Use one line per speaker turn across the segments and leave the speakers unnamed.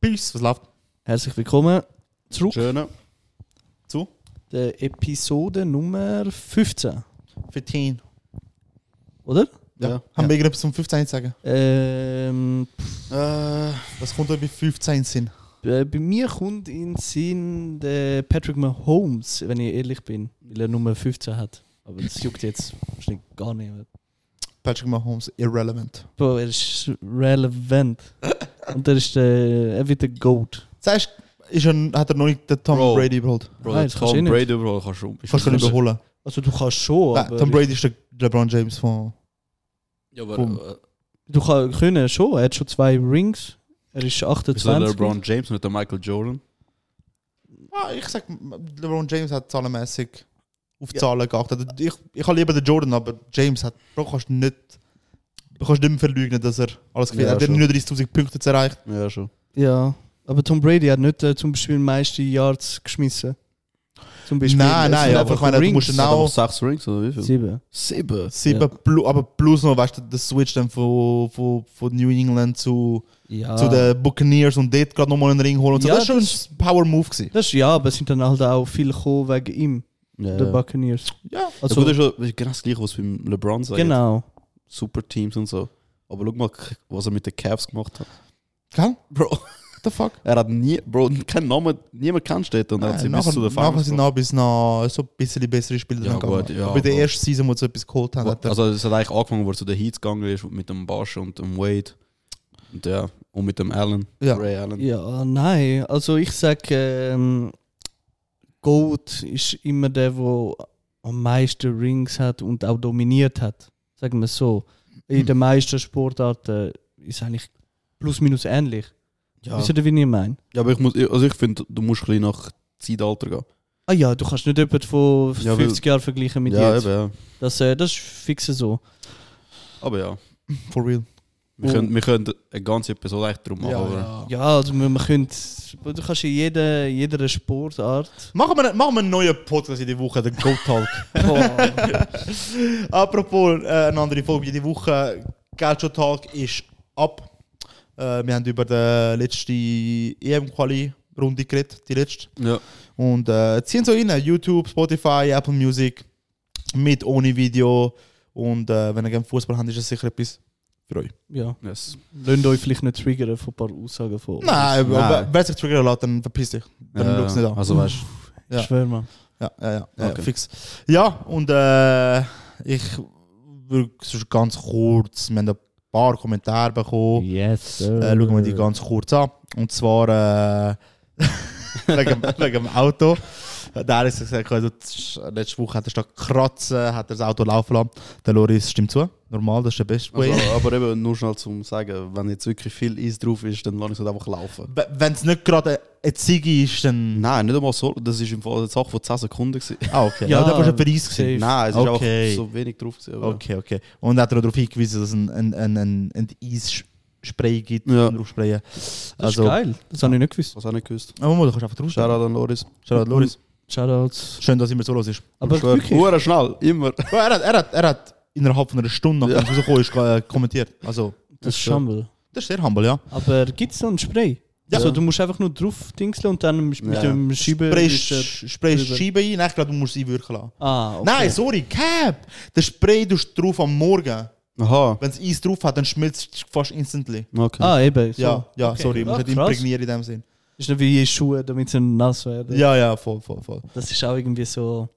Peace, was läuft?
Herzlich willkommen zurück.
Schöne. Zu?
Der Episode Nummer 15,
14.
oder?
Ja.
Ja.
Haben wir irgendwas zum 15 zu sagen?
Ähm,
Äh, was kommt euch bei 15 Sinn?
Äh, Bei mir kommt in den Sinn der Patrick Mahomes, wenn ich ehrlich bin, weil er Nummer 15 hat. Aber das juckt jetzt wahrscheinlich gar nicht. Mehr.
Patrick Mahomes, irrelevant.
Boah, er ist relevant. Und er ist der, er wird der Goat.
Zuerst ist er, hat er noch nicht den Tom
Bro.
Brady überholt.
Bro,
Nein,
Nein,
das kannst du eh
Tom
nicht.
Brady überall kannst du
Kannst du nicht
kannst-
überholen.
Also du kannst schon,
Nein,
aber
Tom Brady ist der LeBron James von.
Ja, aber
Boom.
äh,
du kannst können schon. Er hat schon zwei Rings. Er ist
wieso der
28.
LeBron James und nicht der Michael Jordan?
Ah, ich sag, LeBron James hat zahlenmäßig auf Zahlen geachtet. Ich, ich habe lieber den Jordan, aber James hat. Bro, kannst du nicht. Du kannst nicht mehr verleugnen, dass er alles gewinnt.
Ja,
er hat
schon.
39.000 Punkte erreicht.
Ja, schon.
Ja, aber Tom Brady hat nicht äh, zum Beispiel die meisten Yards geschmissen. Zum Beispiel.
Nein,
Es
nein,
sind
aber ich meine, du
Rings.
musst
Hat
genau.
aber sechs Rings oder wie viel?
Sieben.
Sieben.
Sieben
Ja.
Plu- aber plus noch, weißt du, der Switch dann von, von, von New England zu,
Ja.
zu den Buccaneers und dort gerade nochmal einen Ring holen und so.
Ja,
Ah. das war
das-
schon ein Power-Move. gewesen.
Das ist ja, aber es sind dann halt auch viele gekommen wegen ihm,
Ja.
der
ja.
Buccaneers.
Ja.
Also,
das ist ja- das ist genau das gleiche, was beim LeBron sagt.
genau.
Super Teams und so. Aber schau mal, was er mit den Cavs gemacht hat.
Gell?
Bro,
What the fuck?
er hat nie, Bro, keinen Namen, niemand kennt dort und er hat
Nein,
sie bis zu den
nachher
Finals
sind
gebracht.
noch bis noch so ein bisschen bessere Spieler
Ja,
dann gegangen.
gut, ja,
Aber in der
aber-
ersten Season, wo sie etwas geholt haben, hat er
Also es hat eigentlich angefangen, wo er zu den Heats gegangen ist mit dem Bosch und dem Wade und, ja, und mit dem Allen,
Ja.
Ray Allen.
Ja, nein. Also ich sage, ähm, Gold ist immer der, der am meisten Rings hat und auch dominiert hat. Sagen wir es so. In den meisten Sportarten ist eigentlich plus minus ähnlich.
Ja.
Wisst ihr, wie ich meine?
ja, aber ich muss, also ich finde, du musst ein bisschen nach Zeitalter gehen.
Ah ja, du kannst nicht jemanden von
Ja, weil-
50 Jahren vergleichen mit
ja,
jetzt.
eben, ja.
Das, äh, das ist fixe so.
Aber ja,
for real.
wir,
Oh.
können, wir können eine ganze Episode eigentlich drum machen.
Ja,
aber
ja.
Ja, also man, man könnte, du kannst in jeder, jeder Sportart.
Machen, wir, machen wir einen neuen Podcast jede Woche, den Go Talk.
Boah.
Apropos, äh, eine andere Folge jede Woche. Calcio Talk ist ab. Äh, wir haben über die letzte EM-Quali-Runde geredet, die letzte.
Ja.
Und äh, ziehen so rein, YouTube, Spotify, Apple Music, mit, ohne Video. Und äh, wenn ihr gerne Fußball habt, ist das sicher etwas für euch.
ja.
Yes.
Lasst euch vielleicht nicht triggern von ein paar Aussagen von.
Nein, aber
Nein.
wer- wer sich triggern lässt, dann verpiss dich. Dann
Ja,
ja, es nicht an.
Also weißt
ja.
Ich schwör mal.
Ja, ja, ja, ja
Okay.
fix. Ja, und äh, ich würde sonst ganz kurz, wir haben ein paar Kommentare bekommen.
Yes.
Äh, schauen wir die ganz kurz an. Und zwar äh, wegen, wegen dem Auto. Der Alex hat gesagt, also, z- letzte Woche hat er statt kratzen, hat er das Auto laufen lassen. Der Loris stimmt zu. Normal, das ist der beste
also,
Way.
aber eben nur schnell zum Sagen, wenn jetzt wirklich viel Eis drauf ist, dann lass ich es halt einfach laufen.
Wenn es nicht gerade eine Ziege ist, dann.
Nein, nicht einmal so. Das ist im Fall eine Sache von 10 Sekunden. Gewesen.
Ah, okay.
Ja,
Ja, da war schon Preis.
safe.
gewesen.
Nein, es ist
Okay.
einfach so wenig drauf. Gewesen, aber-
Okay, okay. Und hat er auch darauf hingewiesen, dass es ein, ein, ein, ein, ein Eisspray gibt.
Ja.
Luftspray.
Das ist
Also-
geil. Das habe ich nicht gewusst.
Was auch nicht gewusst.
Aber Mutter, kannst du einfach draufstehen.
Shoutout an Loris.
Mhm.
Shoutout, Loris.
Shoutouts.
Schön, dass immer so los ist.
Aber
Ich schwör,
wirklich.
Hure schnell, immer.
Bro, Er hat, er hat, er hat innerhalb von einer Stunde, nachdem es rausgekommen ist, äh, kommentiert. Also,
Das ist
schon-
Schammel.
Das ist sehr humble, ja.
Aber gibt es so ein Spray?
Ja.
Also du musst einfach nur drauf dingseln und dann mit
Ja.
dem Schieber.
Sprayst
ist, äh,
Spray die
drüber.
Scheibe ein, nein, ich glaube, du musst sie einwirken lassen.
Ah, okay.
Nein, sorry, Cap! Der Spray tust du drauf am Morgen.
Aha,
Wenn es Eis drauf hat, dann schmilzt es fast instantly.
okay.
Ah, eben. So.
Ja, ja,
Okay.
sorry, du musst
Ah,
nicht
krass.
imprägnieren in dem Sinn.
Ist nicht wie Schuhe, damit sie nass werden.
Ja, ja, voll, voll, voll.
Das ist auch irgendwie so.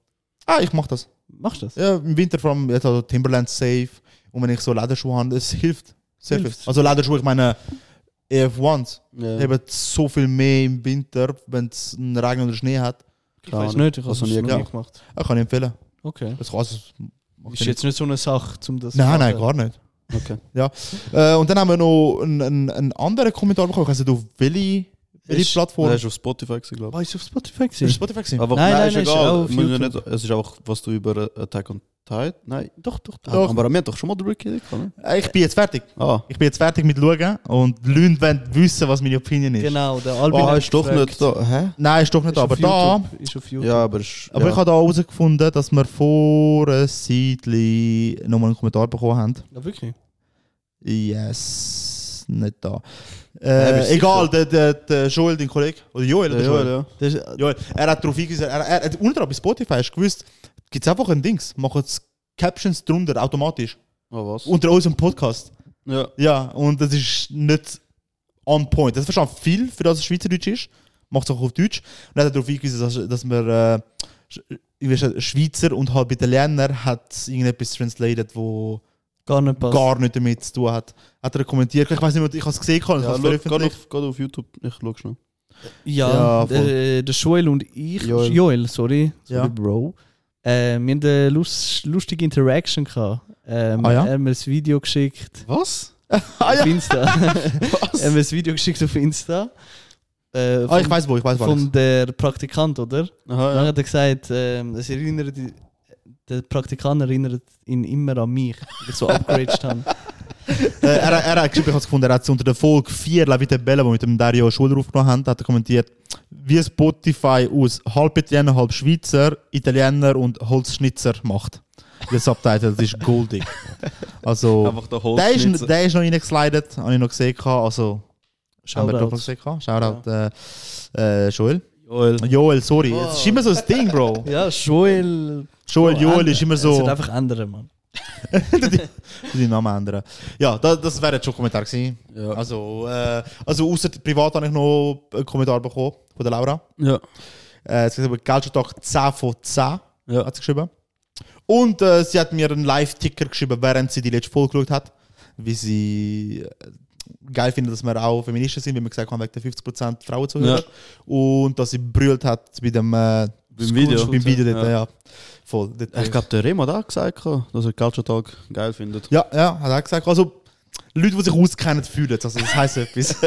Ah, ich mach das.
Machst du das?
Ja, im Winter vor allem jetzt also Timberland safe. Und wenn ich so Lederschuhe habe, es hilft. Sehr
Hilft.
viel. Also Lederschuhe, ich meine, EF1s.
Ja.
Eben so viel mehr im Winter, wenn es einen Regen oder Schnee hat.
Ich
Keine
weiß
Ahnung.
nicht, ich habe
Hast
es
du
Also
noch
nie
nie
gemacht?
gemacht.
Ja, kann ich empfehlen.
Okay.
Das kann's. Macht
Ist
ja
jetzt nicht so eine Sache, um
nichts.
das
Nein, nein,
zu machen.
gar nicht.
Okay.
Äh, und dann haben wir noch einen, einen, einen anderen Kommentar bekommen. Ich weiß nicht, auf welche, welche
Ist-
Plattform.
Er
Ist
ist auf Spotify gewesen, glaube
War ich auf Spotify
das
gesehen?
Spotify
ich.
gewesen?
Einfach,
Nein, nein,
ist
nein, ist auch
egal.
auf
Müssen wir
YouTube.
nicht, es ist einfach, was du über Attack on Titan. Ah, Nein,
Doch, doch, doch.
Doch.
aber wir haben doch schon mal drüber geredet. oder?
Äh, Ich bin jetzt fertig.
Ah,
Ich bin jetzt fertig mit Schauen und die Leute wollen wissen, was meine Opinion ist.
Genau, der Albin.
ah
hat
ist doch
gefragt.
nicht da. Hä?
Nein, ist doch nicht,
Ist
da, aber
auf
da.
YouTube, Ist auf YouTube.
Ja, aber es ist.
Aber
ja.
ich habe da herausgefunden, dass wir vor einer Seitli nochmal einen Kommentar bekommen haben.
Ja, wirklich.
Yes, nicht da.
Ja, bist
Äh, egal, der, der, der Joel, dein Kollege. Oder Joel,
Der
oder Joel.
Joel, ja.
Das,
Joel. Er hat darauf hingewiesen. Er, er, er, unter bei Spotify hast du gewusst, gibt es einfach ein Dings. Machen es Captions drunter automatisch.
Oh, was?
Unter unserem Podcast.
Ja.
Ja, und das ist nicht on point. Das verstanden viel, für das es Schweizerdeutsch ist. Macht es auch auf Deutsch. Und er hat darauf hingewiesen, dass, dass wir. Äh, Sch- ich weiß, nicht, Schweizer und halt halb Italiener hat irgendetwas translated, wo
gar nicht passt.
gar nichts damit zu tun hat. Hat er kommentiert, ich weiß nicht, mehr, ich habe es gesehen, kann, ich
Ja,
habe es
schau, geh
veröffentlicht.
auf, geh auf YouTube, ich schau schnell.
Ja,
Ja, voll.
der, der Joel und ich,
Joel.
Joel, sorry, sorry
Ja.
Bro, äh, wir haben eine lust, lustige Interaction gehabt. Ähm,
Ah ja?
Er hat mir ein Video geschickt
Was?
Ah, ja.
auf Insta. er
Was?
hat mir ein Video geschickt auf Insta. Äh,
Ah, ich weiß wo, ich weiß wo.
von der Praktikant, oder?
Aha,
Dann
ja.
hat er gesagt, ähm, es erinnert, der Praktikant erinnert ihn immer an mich, weil ich so upgraded habe.
Äh, er, er hat geschrieben, ich habe es gefunden, er hat es unter der Folge 4 La Vita Bella, die wir mit dem Dario Schulter aufgenommen haben, hat er kommentiert, wie Spotify aus halb Italiener, halb Schweizer, Italiener und Holzschnitzer macht. Der Subtitle, das ist goldig. Also,
Einfach
der
der
ist,
Holzschnitzer.
der ist noch reingeslidet, habe ich noch gesehen, gehabt, also, schauen wir
Shoutout.
doch noch gesehen. gehabt. Shoutout, äh, äh, Joel.
Joel.
Joel, sorry, es ist immer so ein Ding, Bro.
Ja, Joel. Oh,
Joel, Joel ist immer
Es
so.
wird einfach ändern, Mann.
den Namen ändern. Ja, das, das wäre jetzt schon ein Kommentar gewesen.
Ja.
Also, äh, also außer privat habe ich noch einen Kommentar bekommen von der Laura.
ja.
Äh, sie hat gesagt, Geldschuttag 10 von 10
Ja.
hat sie geschrieben. Und äh, sie hat mir einen Live-Ticker geschrieben, während sie die letzte Folge geschaut hat, wie sie äh, geil findet, dass wir auch Feministen sind, wie wir gesagt haben, wegen der 50% Frauen zuhören. Und dass sie brüllt hat bei dem äh,
Beim Video.
Beim Video dort,
Ja.
ja. Voll. Dort,
Ich glaube, der Rem hat auch gesagt, dass er Culture-Tag geil findet.
Ja, ja, hat er auch gesagt. Also, Leute, die sich auskennen, fühlen es. Also, das heisst etwas.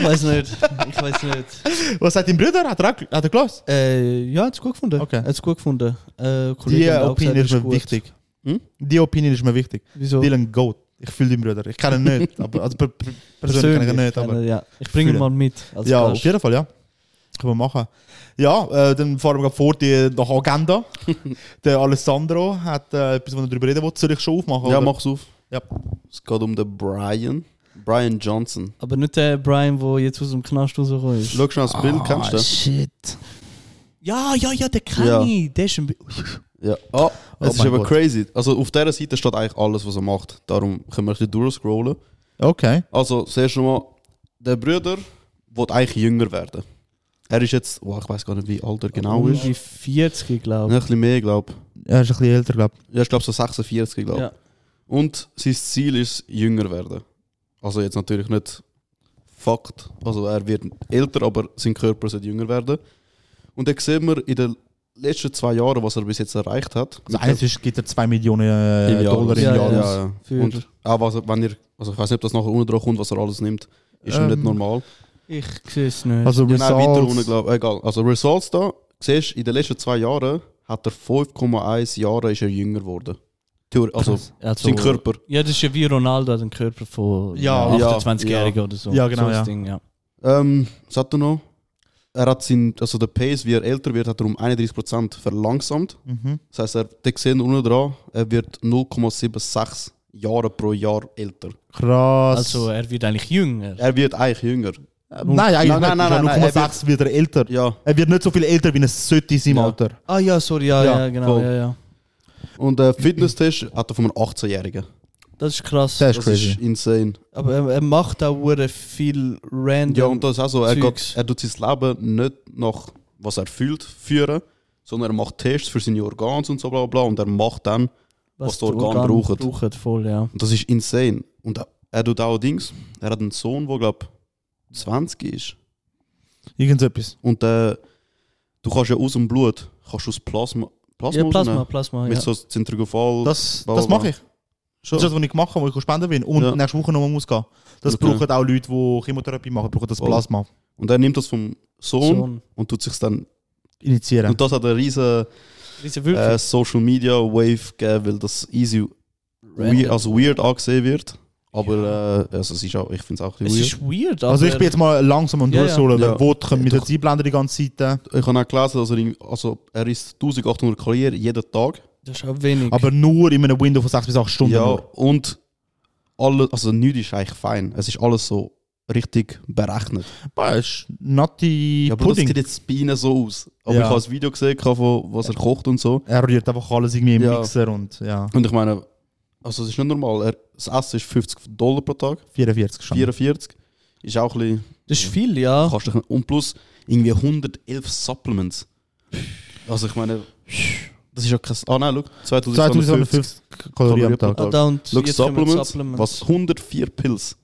Ich weiß nicht. Ich weiß nicht.
Was sagt dein Bruder? Hat er, auch, hat er gelesen?
Äh, ja, hat es gut gefunden.
Okay.
Hat es gut gefunden. Äh,
Die
Kollegen haben auch
Opinion
gesagt,
ist mir
gut.
wichtig.
Hm?
Die Opinion ist mir wichtig.
Wieso?
Dylan Goat. Ich fühle den Bruder. Ich kenne ihn nicht. Aber, also, per, per, persönlich kenne ich ihn nicht. Aber,
Äh, ja. Ich bringe ihn
Fühlen.
mal mit. Als
ja, auf
Gast.
jeden Fall, ja. Können wir machen. Ja, äh, dann fahren wir gerade vor die, nach Agenda. der Alessandro hat äh, etwas, wo er darüber reden will. Soll ich schon aufmachen?
Ja,
oder?
mach's auf.
Ja.
Es geht um den Brian. Brian Johnson.
Aber nicht der Brian, der jetzt aus dem Knast rausgekommen ist.
Schau schnell das Bild, kennst du den?
shit.
Ja, ja, ja, der kenn
Ja.
ich. Der ist ein. Bi-
Ja. Oh,
Oh
das ist
mein
aber
Gott.
crazy. Also auf dieser Seite steht eigentlich alles, was er macht. Darum können wir ein bisschen durchscrollen.
Okay.
Also, zuerst mal, der Bruder will eigentlich jünger werden. Er ist jetzt, oh, ich weiß gar nicht, wie alt er genau
Oh.
um
ist.
die 40,
Ein
glaube ich.
bisschen mehr, glaube ich.
Er ist ein bisschen älter, glaube ich.
Ja, ich glaube so 46, glaube ich.
Ja.
Und sein Ziel ist jünger werden. Also jetzt natürlich nicht Fakt. Also er wird älter, aber sein Körper soll jünger werden. Und dann sehen wir in den letzten zwei Jahren, was er bis jetzt erreicht hat.
Also, eins ist, gibt er 2 Millionen äh, Dollar im
Ja,
Jahr.
ja.
aus.
Für-
Und auch was, er- wenn ihr, also ich weiß nicht, ob das nachher unten drauf kommt, was er alles nimmt, ist ihm
Ähm,
nicht normal.
Ich sehe es nicht.
Also,
Ja, nein, weiter
Results-
unten, glaube ich. Egal. Also Results da, siehst du, in den letzten zwei Jahren hat er 5,1 Jahre ist er jünger geworden. Theor- Also
also
sein Körper.
Ja, das ist ja wie Ronaldo, den Körper von
Ja.
28-Jährigen oder so.
Ja, genau,
So ein
ja.
Ding, ja.
Ähm, was hat er noch? Er hat sein, also der Pace, wie er älter wird, hat er um 31% verlangsamt.
Mhm.
Das heißt, er, die sehen unten dran, er wird 0,76 Jahre pro Jahr älter.
Krass.
Also, er wird eigentlich jünger.
Er wird eigentlich jünger.
Äh, nein, eigentlich
Nein, nein,
nein,
nein, nein,
nein, 0,6 wird er älter.
Ja.
Er wird nicht so viel älter, wie er sollte in seinem
Ja.
Alter.
Ah, ja, sorry, ja,
Ja,
ja, genau.
voll.
Ja, ja.
Und der Fitnesstest hat er von einem 18-Jährigen.
Das ist krass.
Das ist
Das ist
crazy.
insane.
Aber er, er macht auch hure viel random.
Ja, und das ist auch so, er, geht,
Zeugs.
er tut sein Leben nicht nach, was er fühlt, führen, sondern er macht Tests für seine Organe und so bla bla und er macht dann was die Organe brauchen.
brauchen. Voll, ja.
Und das ist insane. Und er- er tut auch Dings. Er hat einen Sohn, der, glaube ich, 20 ist.
Irgend so etwas.
Und äh, du kannst ja aus dem Blut, kannst du aus Plasma, Plasma,
Ja, Plasma,
rausnehmen.
Plasma,
Mit
ja.
so Zentrifugal.
Das,
Bla,
das
bla,
mache ich.
Schon.
Das ist das, was ich gemacht habe, wo ich spenden will. Und
Ja.
nächste Woche nochmal muss gehen. Das
Okay.
brauchen auch Leute, die Chemotherapie machen, brauchen das
Oh.
Plasma.
Und er nimmt das vom Sohn
Sohn.
und tut sich dann.
Initiieren.
Und das hat eine riesen
Riesen
äh,
Würfel.
Social Media Wave gegeben, weil das easy we
Random.
als weird angesehen wird. Aber äh, also es ist auch, ich finde es auch ein
Es
bisschen weird.
ist weird, aber
also ich bin jetzt mal langsam am
Ja, ja.
durchscrollen,
Ja.
weil Wort kommt mit
Doch.
der Einblende die ganze Zeit.
Ich habe auch gelesen, dass er, in- also, er ist 1800 Kalorien jeden Tag.
das ist auch wenig.
Aber nur in einem Window von 6 bis 8 Stunden.
Ja,
nur.
und alles, also nichts ist eigentlich fein. Es ist alles so richtig berechnet.
Boah, ist nutty
Ja, aber das
Pudding.
sieht jetzt bei ihnen so aus. Aber
Ja.
ich habe das Video gesehen, gehabt, von was er kocht und so.
Er rührt einfach alles irgendwie im
Ja.
Mixer und ja.
Und ich meine, also es ist nicht normal. Er, das Essen ist 50 Dollar pro Tag,
44 schon.
44. Ist auch ein bisschen.
Das ist viel, ja.
Kannst dich nicht- und plus irgendwie 111 Supplements. Also ich meine, das ist ja kein. Ah nein, schau, 2250.
2250 Kalorien am Tag.
Kalorien pro Tag.
Ah, da und
Schau,
jetzt kommen die
Supplements, was 104 Pilze.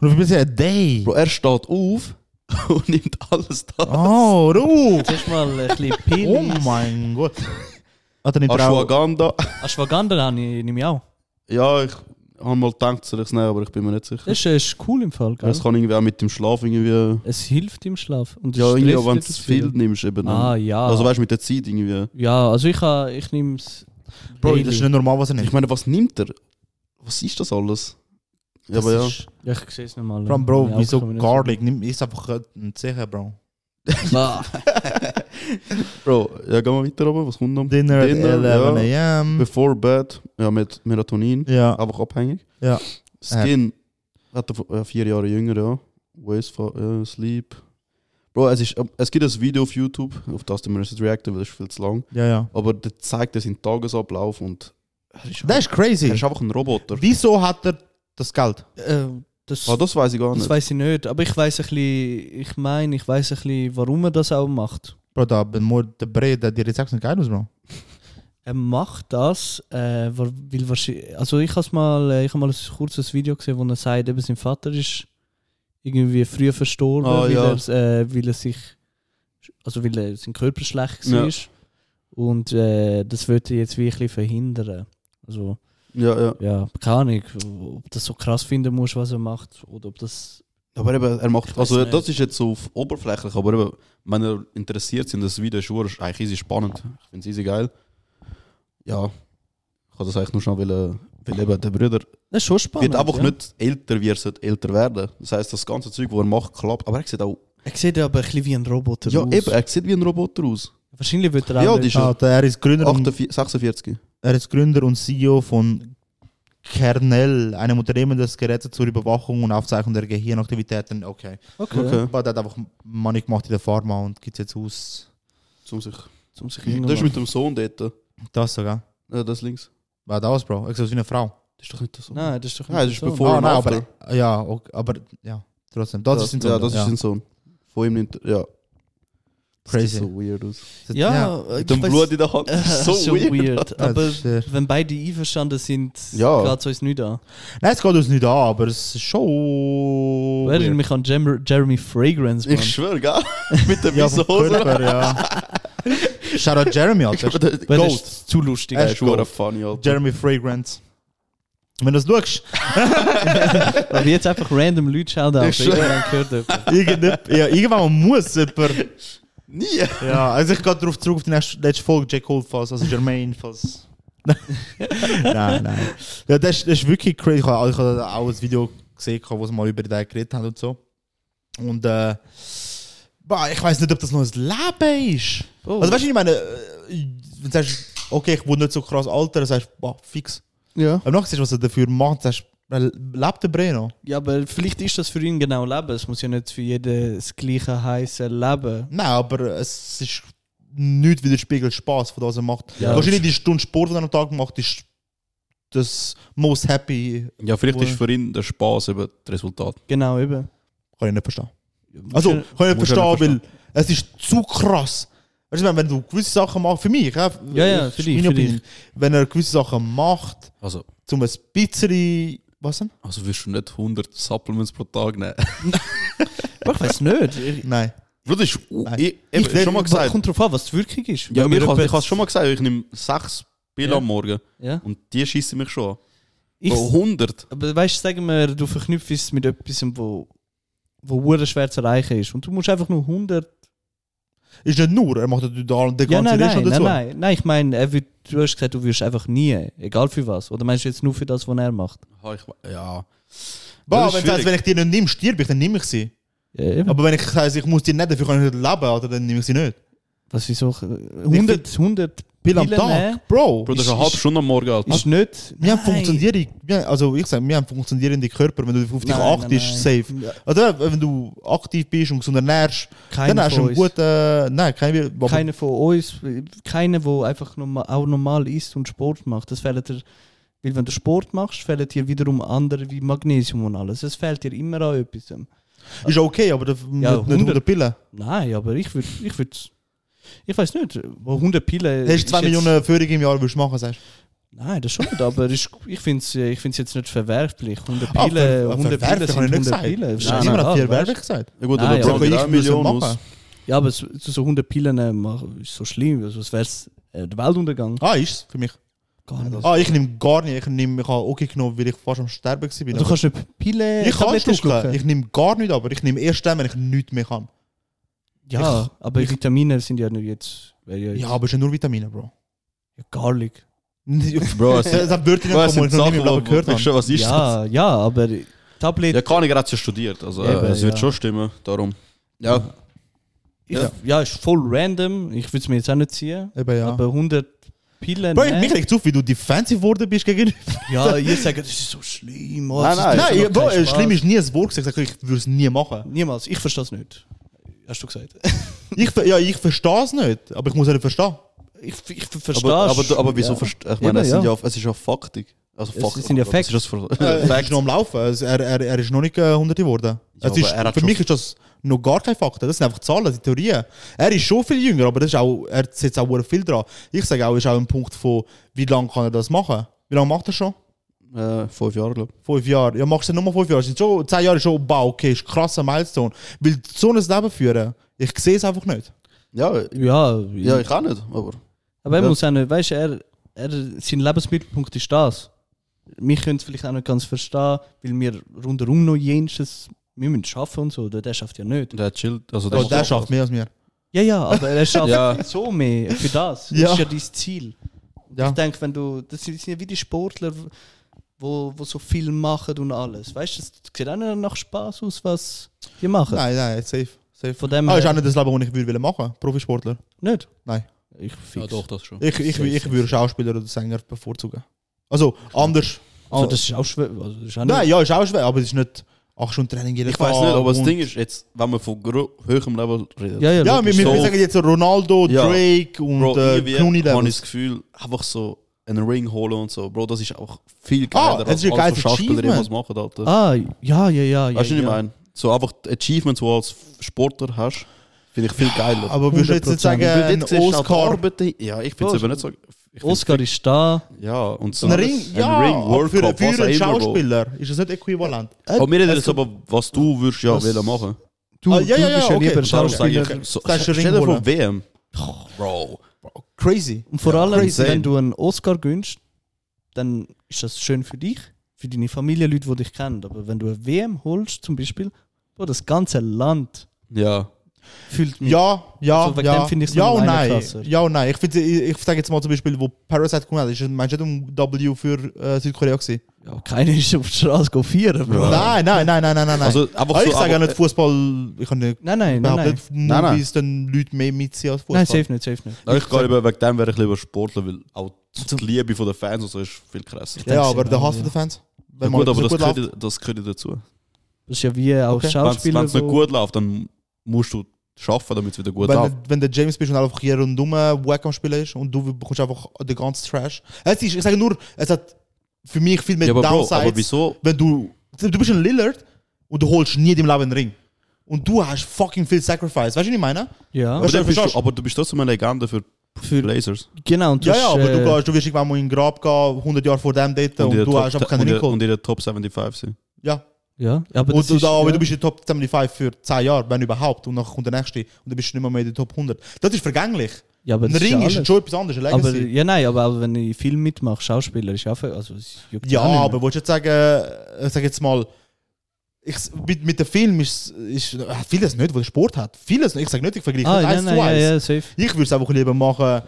Und du bist ja a day.
Bro, er steht auf und nimmt alles da.
Ah,
Oh, Ruhe.
Zuerst mal ein bisschen
Oh
Pilz.
mein Gott. Hat er nicht auch...
Ashwagandha.
Ashwagandha habe ich, nehme ich auch.
Ja, ich habe mal gedacht, soll ich es nehmen, aber ich bin mir nicht sicher.
Das ist, äh, ist cool im Fall,
Ja,
gell?
Es kann irgendwie auch mit dem Schlaf irgendwie.
Es hilft im Schlaf. Und
Ja, irgendwie,
stresst
wenn du
nicht
zu
so
viel nimmst, eben.
Ah, ja.
Also weißt du, mit der Zeit irgendwie.
ja, also ich, ha- ich nehme es.
Bro, das ist nicht normal, was er
Ich
nimmt.
meine, was nimmt er? Was ist das alles? Ja,
Das
aber ja.
ist-
Ja, ich sehe es nicht mal.
Vor allem, Bro,
Meine Augen
wieso
kommen nicht so-
Garlic? Nimm, ist einfach ein Zeche, Bro.
Ah,
Bro, ja, gehen wir weiter runter. Was kommt noch?
Dinner,
Dinner,
at 11 am.
Before bed, ja, mit Melatonin.
Ja.
Einfach abhängig.
Ja.
Skin, hat er vor- ja, vier Jahre jünger, ja. Waste for ja, Sleep. Bro, es, ist, es gibt ein Video auf YouTube, auf das du mir nicht reacten, weil das ist viel zu lang.
Ja, ja.
Aber der zeigt er seinen Tagesablauf und er ist,
Das ist
er
crazy.
ist einfach ein Roboter.
Wieso hat er das Geld?
äh, das
Ah, das weiß ich gar
das
nicht.
weiß ich nicht. Aber ich weiß ein bisschen, ich meine, ich weiß ein bisschen, warum er das auch macht.
Bro, da bin nur der Brett, der dir jetzt sagt, geil aus, Bro.
Er macht das, äh, wa- weil wahrscheinlich. Also ich habe mal, äh, ich habe mal ein kurzes Video gesehen, wo er sagt, eben sein Vater ist irgendwie früh verstorben,
Ah,
weil,
ja.
er, äh, weil er sich, also weil er, sein Körper schlecht
Ja.
war. Und äh, das wird er jetzt wirklich verhindern. Also
Ja, ja.
ja, keine Ahnung, ob das so krass finden musst, was er macht, oder ob das.
Aber eben, er macht.
Ich
Also,
weiss nicht.
das ist jetzt so auf oberflächlich, aber eben, wenn ihr interessiert sind, das Video ist schon eigentlich easy spannend. Ich finde es easy geil. Ja, ich kann das eigentlich nur schon, weil, äh, weil eben der Bruder
Das ist schon spannend.
wird einfach
ja.
nicht älter, wie er sollte älter werden. Das heisst, das ganze Zeug, was er macht, klappt. Aber er sieht auch.
Er sieht aber ein bisschen wie ein Roboter
Ja,
aus.
eben, er sieht wie ein Roboter aus.
Wahrscheinlich wird er
Ja,
auch
die
nicht-
ist ja
Alter, er ist Gründer und
48, 46.
Er ist Gründer und CEO von Kernel, einem Unternehmen, das Geräte zur Überwachung und Aufzeichnung der Gehirnaktivitäten. Okay.
okay.
Okay.
Aber der hat einfach Money gemacht in der Pharma und gibt es jetzt aus.
Zum um sich.
Zum sich
Das ist mit dem Sohn dort. Ja,
Das sogar.
das links.
War das, Bro? Ich sehe aus wie eine Frau. Ah,
Das ist doch nicht das Sohn.
Nein, das ist doch
Nein, das ist
so.
bevor- Vor- und
aber. Ja, okay, aber ja, trotzdem. Das, ist
ja,
sind so.
das ist sein Sohn. Von ihm nimmt. Ja. Das
Crazy.
sieht so weird aus.
Ja, ja
Mit dem Blut in der Hand. Äh, Das ist so, weird.
Aber
Das ist sehr-
wenn beide einverstanden sind,
Ja.
geht es uns nicht an.
Nein, es geht uns nicht an, aber es ist schon.
Ich erinnere mich an Jem Jeremy Fragrance, Mann.
Ich schwöre, gell? Mit der
ja,
weißen
vom
Hose.
Körper, ja. Shoutout Jeremy, Alter.
Weil das
Ghost.
ist zu lustig.
Er
Er
ist
ist
schon
Goat.
funny, Alter.
Jeremy Fragrance. Wenn du das schaust,
Weil wir jetzt einfach random Leute schauen,
Ich
also
schwör.
irgendwann gehört jemand.
Irgendjemand, ja, irgendwann muss jemand.
Nie!
Ja, also ich gehe darauf zurück auf die nächste, letzte Folge, J. Cole falls, also Jermaine falls. nein, nein. Ja, das, ist- das ist wirklich crazy. Ich habe ich habe auch ein Video gesehen, wo sie mal über den geredet haben und so. Und äh, boah, ich weiß nicht, ob das noch ein Leben ist.
Oh.
Also weißt du, ich meine, äh, wenn du sagst, okay, ich wurde nicht so krass alter, dann sagst du, boah, fix.
ja.
Aber nachher siehst du, was er dafür macht, sagst du, äh, lebt der Breno?
ja, aber vielleicht ist das für ihn genau Leben. Es muss ja nicht für jeden das gleiche heiße Leben.
Nein, aber es ist nicht wie der Spiegel Spaß, von dem was er macht.
Ja.
Wahrscheinlich die Stunde Sport, die er am Tag macht, ist das most happy.
Ja, vielleicht
Wohl.
ist für ihn der Spaß eben das Resultat.
Genau, eben.
Kann ich nicht verstehen. Also, kann ich nicht
muss ich
verstehen,
nicht verstehen.
weil es ist zu krass. Weißt du, wenn- wenn du gewisse Sachen machst, für mich, ja,
Ja, ja,
ist
für dich,
meine
für
Opinion. wenn er gewisse Sachen macht,
Also,
zum ein bisschen. Was denn?
also wirst du nicht 100 Supplements pro Tag nehmen.
Aber ich weiß nicht. Ich,
Nein.
Bro, das ist. Uh,
Nein.
ich ich habe schon mal gesagt.
Kommt drauf an, was die Wirkung ist. Wenn
Ja, mir
mir
ich habe
jemand-
es schon mal gesagt, ich nehme 6 Pillen
Ja.
am Morgen
Ja.
und die schießen mich schon an.
Ich,
Bro, 100.
Aber weißt du, sagen wir, du verknüpfst es mit etwas, wo, wo hure schwer zu erreichen ist. Und du musst einfach nur 100.
Ist nicht nur, er macht natürlich da den ganzen
ja, nein,
Rest
nein,
noch
nein,
dazu.
nein, nein. Ich meine, er wird- du hast gesagt, du wirst einfach nie, egal für was. Oder meinst du jetzt nur für das, was er macht?
Ah, ich we- Ja. Das
Boah,
ist
wenn, du sagst,
schwierig.
wenn ich die nicht nehme, stirb ich, dann nehme ich sie.
Ja, eben.
Aber wenn
äh,
ich sage, ich muss die nicht, dafür kann ich nicht leben, Alter, dann nehme ich sie nicht.
Was, wieso? 100, 100
Pille am
Pille nehmen?
Tag, Bro.
Bro, das ist eine
Ist-
halbe Stunde am Morgen, Alter.
Ist nicht.
Wir haben
ne? Nein.
funktionierende, wir, also ich sage, wir haben funktionierende Körper, wenn du auf dich
Nein,
achtest,
nein,
safe.
nein. Ja,
Oder wenn du aktiv bist und gesund ernährst,
Keiner
dann hast du
von
einen
uns.
guten, nein, kein, aber
Keiner von uns, keiner, der einfach normal, auch normal isst und Sport macht. Das fehlt dir, weil wenn du Sport machst, fehlen dir wiederum andere wie Magnesium und alles. Es fehlt dir immer an etwas.
ist okay, aber das,
Ja,
nicht, nicht 100
100.
Pillen.
Nein, aber ich würde, ich würde, ich weiß nicht, wo 100 Pillen.
Hast du
ist
2
jetzt-
Millionen Führung im Jahr, würdest du machen, sagst du?
Nein, das schon nicht, aber ist, ich finde es ich find's jetzt nicht verwerflich. 100
Ah,
Pillen,
ver- verwerflich
100 Pillen
habe ich
sind
nicht
100
gesagt.
Pillen.
Ich
Ist
habe immer
egal,
noch viel
weißt du?
Werbung gesagt.
Ja gut,
Nein,
aber
ja.
ja,
Aber
zahlen wir
ich
1
muss es
Million aus.
machen.
Ja, aber so, so 100 Pillen äh, mach- ist so schlimm, also es wäre äh, der Weltuntergang.
Ah, ist es für mich.
Gar nicht.
Ah, ich nehme gar nicht. Ich, nehme, ich habe okay genommen, weil ich fast am Sterben war.
Du kannst nicht Pillen,
ich kann
Tabletten
schlucken. Ich nehme gar nicht, aber ich nehme erst dann, wenn ich nichts mehr kann.
Ja,
Ich-
aber
ich-
Vitamine sind ja nicht jetzt. wär Ja, jetzt
Ja, aber es sind nur Vitamine, Bro.
ja, Garlic.
Bro,
das, das wird ich
Bro, es
nicht, wo
sind
ich noch nie
Sachen,
im Leben
die
gehört
ich
habe.
schon, was ist das?
Ja, ja, aber Tabletten.
Ja, Kanig hat es ja studiert, also
Eben,
äh, es wird
ja.
schon stimmen, darum. Ja,
Ich,
Ja.
ja. ist voll random. Ich würde es mir jetzt auch nicht ziehen.
Eben, ja.
Aber 100 Pillen.
Bro,
nehmen.
mich regt es auf, wie du defensive geworden bist gegenüber.
ja, ihr sagt, das ist so schlimm. oh,
Nein,
das ist doch
nein.
Nein,
kein
ich- Bro, äh,
Spaß.
schlimm ist nie ein Wort gesagt. Ich sag, Ich würde es nie machen.
Niemals. Ich verstehe es nicht. Hast du gesagt?
Ich, ver- ja, ich verstehe es nicht, aber ich muss es nicht verstehen.
Ich, ich verstehe
aber, aber, aber, wieso?
ja.
verst- Ich
Eben,
meine, es, sind
ja.
ja, es ist ja faktig. Also
Es
fakt,
sind ja
oh Gott, was
Facts.
ist das für-
Er ist noch am Laufen. Also Er, er, er ist noch nicht äh, 100 geworden.
Ja,
es ist,
aber er hat
für
schon-
mich ist das noch gar kein Fakten. Das sind einfach Zahlen, das sind Theorien. Er ist schon viel jünger, aber das ist auch, er setzt auch verdammt viel dran. Ich sage auch, ist auch ein Punkt von, wie lange kann er das machen? Wie lange macht er schon?
Äh, fünf Jahre, glaube
Fünf Jahre. Ja, machst du nur mal fünf Jahre. Es Sind schon, zehn Jahre ist schon, wow, okay, ist ein krasser Milestone. Weil so ein Leben führen, ich sehe es einfach nicht.
ich. Ja,
Ja,
ja, ich auch nicht, aber.
aber er
Ja.
muss auch nicht, weißt du, er, er, sein Lebensmittelpunkt ist das. Wir können es vielleicht auch nicht ganz verstehen, weil wir rundherum noch jenes, wir müssen arbeiten und so, der, der schafft ja nicht.
Der chillt, also
Der, der schafft mehr als mir.
Ja, ja, aber er schafft
Ja.
so mehr für das. Das
Ja.
ist ja dein Ziel.
Ja.
Ich denke, wenn du, das sind das sind ja wie die Sportler, wo, wo so viel machen und alles. Weißt du, es sieht auch nicht nach Spaß aus, was die machen.
Nein, nein, safe. safe.
Von dem
Ah, ist
her-
auch nicht das Leben, das ich würde machen will, Profisportler.
Nicht?
Nein.
Ich fix.
das schon.
Ich, ich,
Safe,
ich
safe,
würde Schauspieler oder Sänger bevorzugen. Also, anders.
Also, das ist auch schwer. Also, das ist auch
Nein,
nicht-
ja, ist auch schwer, aber es ist nicht 8 Stunden Training jeden
Ich weiß
Tag
nicht, aber das
und-
Ding ist jetzt, wenn man von gro- höherem Level redet,
ja, ja,
Ja, wir,
logisch.
wir
So-
sagen jetzt Ronaldo,
Ja.
Drake und
Bro,
äh, Clooney
irgendwie habe ich
Levels.
das Gefühl, einfach so einen Ring holen und so, Bro, das ist auch viel
Ah,
geiler
das ist ein
alles,
geiles
was Schauspieler
Achievement.
jemals machen, Alter.
Ah, ja, ja, ja. ja,
weißt du, was ich
ja.
meine? So einfach die Achievements, die du als Sportler hast, finde ich viel geiler.
Aber würdest du jetzt nicht
100%.
sagen,
Weil
ein
dort siehst du auch die
Oscar?
Arbeit dahin- Ja, ich finde es
Bro,
aber nicht so. ich find's
Oscar
viel-
ist da.
Ja, und so.
Ein
alles.
Ring, ja,
Ein Ring,
aber
World
für,
Cup,
für
was auch
einen
immer, Bro.
Schauspieler ist das nicht äquivalent.
Aber wir reden jetzt aber, was du würdest ja wollen machen.
Also, Du,
Ah, ja,
du
ja, ja,
bist ja
okay.
lieber ein
Das
Darum sage
Schauspieler.
ich, so,
Das ist ein
stell dir
Ring
vor,
holen.
WM. Bro.
Crazy.
Und vor allem,
crazy.
wenn du einen Oscar gönnst, dann ist das schön für dich, für deine Familie, Leute, die dich kennen. Aber wenn du eine WM holst, zum Beispiel, wo das ganze Land
Ja.
fühlt mich.
Ja, ja,
Also wegen
ja.
dem finde ich's
ja
nur
und
einer
nein.
krasser.
Ja und nein. Ich, finde, ich, ich sage jetzt mal zum Beispiel, wo Parasite gekommen hat, ist meinst du nicht um W für äh, Südkorea gewesen?
Ja, keiner ist auf der Straße go feiern, Bro.
Ja.
Nein, nein, nein, nein, nein, nein.
Also einfach
Ah,
so.
ich sage ja
einfach-
nicht Fußball, ich kann nicht
Nein, nein, nein.
überhaupt
Nein,
nicht
Nein, nein.
Movies, dann Leute mehr mitziehen als Fußball.
nein safe nicht, safe nicht.
Nein, ich gehe lieber, wegen dem wäre ich lieber Sportler, weil auch die Liebe von den Fans und so ist viel krasser.
Ja,
Denkst
aber
du,
der
ja,
Hass
ja.
von den Fans.
Ja,
Wenn mal
gut, aber
so
das
läuft.
gehört, das gehört dazu.
Das ist ja wie auch
Okay.
Wenn
Schauspieler.
es nicht
wo-
gut läuft, dann musst du schaffen, damit es wieder gut
wenn,
läuft.
du- wenn der James nou bist und einfach hier rundum Wack am Spielen ist und du bekommst einfach den ganzen Trash. Es ist, ich sage nur, es hat für mich viel mehr
Ja, aber Bro,
Downsides.
aber wieso?
Wenn du, du bist ein Lillard und du holst nie in deinem Leben einen Ring. Und du hast fucking viel Sacrifice. Weißt du, was ich meine?
Ja,
Aber,
Verstehst
dann bist
verstehst
du, aber du bist trotzdem eine Legende für
Für-
Blazers.
genau. Und
Ja, ja, aber
hast,
du,
äh,
gehst, du wirst irgendwann mal in den Grab gehen, 100 Jahre vor dem dort und,
in der
du
Top-
hast einfach keinen Ring
und in der-
geholt.
Und in der Top 75 sind.
Ja.
Ja, aber
Und
das
du,
ist,
da, aber
ja.
du bist in der Top 75 für 10 Jahre, wenn überhaupt. Und dann kommt der nächste und dann bist du nicht mehr, mehr in der Top 100. Das ist vergänglich.
ja, aber
Ein
das
Ring
ja
ist,
alles.
schon etwas anderes, eine Legacy.
Aber, ja, nein, aber auch wenn ich Film mitmache, Schauspieler ist auch. für- Also, es juckt
Ja,
auch nicht mehr.
aber willst du jetzt sagen, äh, sag jetzt mal, ich, mit, mit dem Film ist, ist hat vieles nicht, was Sport hat. Vieles nicht. Ich sage nicht, ich vergleiche
Ah,
nicht
nein,
eins
nein,
zu
ja,
eins.
ja, safe.
Ich würde es einfach lieber machen.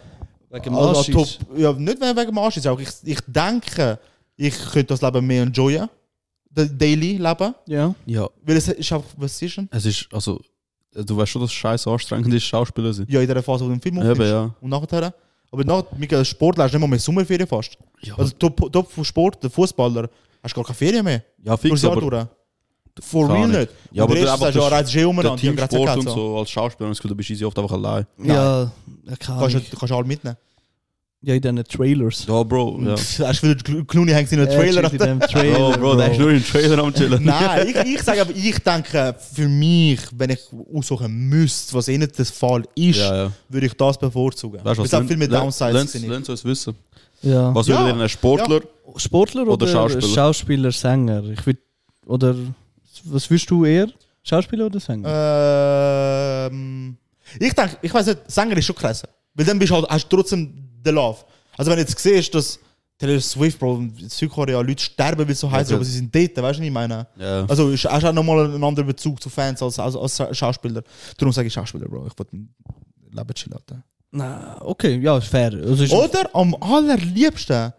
Wegen
als- als Also Top, ja, nicht wegen wegen dem Arsch. ist auch Ich, ich denke, ich könnte das Leben mehr enjoyen. Das Daily Leben.
Ja.
Ja,
Weil es ist einfach, was ist denn?
es ist, also, du weißt schon, dass es scheiß anstrengend ist, Schauspieler sind.
Ja, in der Phase, wo du einen Film
Eben,
aufnimmst.
ja.
Und nachher. Aber nach mit Sportler hast du nicht mal mehr Sommerferien fast.
Ja,
Also Top, Top von Sport, der Fußballer, hast gar keine Ferien mehr.
ja
Durchs
fix,
Jahr
aber
durch. For real
Gar
nicht.
Ja,
Und
aber
der Rest
der- aber
sagst du, ja,
der-
reist eh um
der
und die haben gerade
Teamsport
keine
und
Zeit.
so als Schauspieler, das Gefühl, du bist easy oft einfach allein.
Ja, ja, keine Ahnung.
Kannst du kannst du alle mitnehmen.
Ja, in diesen Trailers.
Ja, Bro. Ja.
Hast du wieder die Clooney hängt in einem
Äh,
Trailer? Oh,
chillt in dem Trailer
Bro, Bro, der ist nur im Trailer am Chillen.
Nein, ich, ich sage aber, ich denke, für mich, wenn ich aussuchen müsste, was eh nicht der Fall ist,
Ja, ja.
würde ich das bevorzugen. Es hat viel mehr Downsides.
Lass
finde ich.
uns wissen.
Ja.
Was
Ja.
würde denn ein Sportler?
Sportler oder,
Oder Schauspieler?
Schauspieler, Sänger? Ich würd, oder was willst du eher? Schauspieler oder
Eh.
Sänger?
Ähm, ich denke, ich weiß nicht, Sänger ist schon krass. Weil dann bist du halt, hast du trotzdem den Love. Also wenn du jetzt siehst, dass Taylor Swift, Bro, in Südkorea Leute sterben, weil es so heiß ist,
Ja,
aber sie sind dort, weißt du, was ich meine?
Ja.
Also ist- hast du auch nochmal einen anderen Bezug zu Fans als, als, als Schauspieler. Darum sage ich Schauspieler, Bro. Ich wollte mein Leben chillen. Alter.
Na, okay, Nou, ja, ist fair. Dus Also ist
Oder am allerliebsten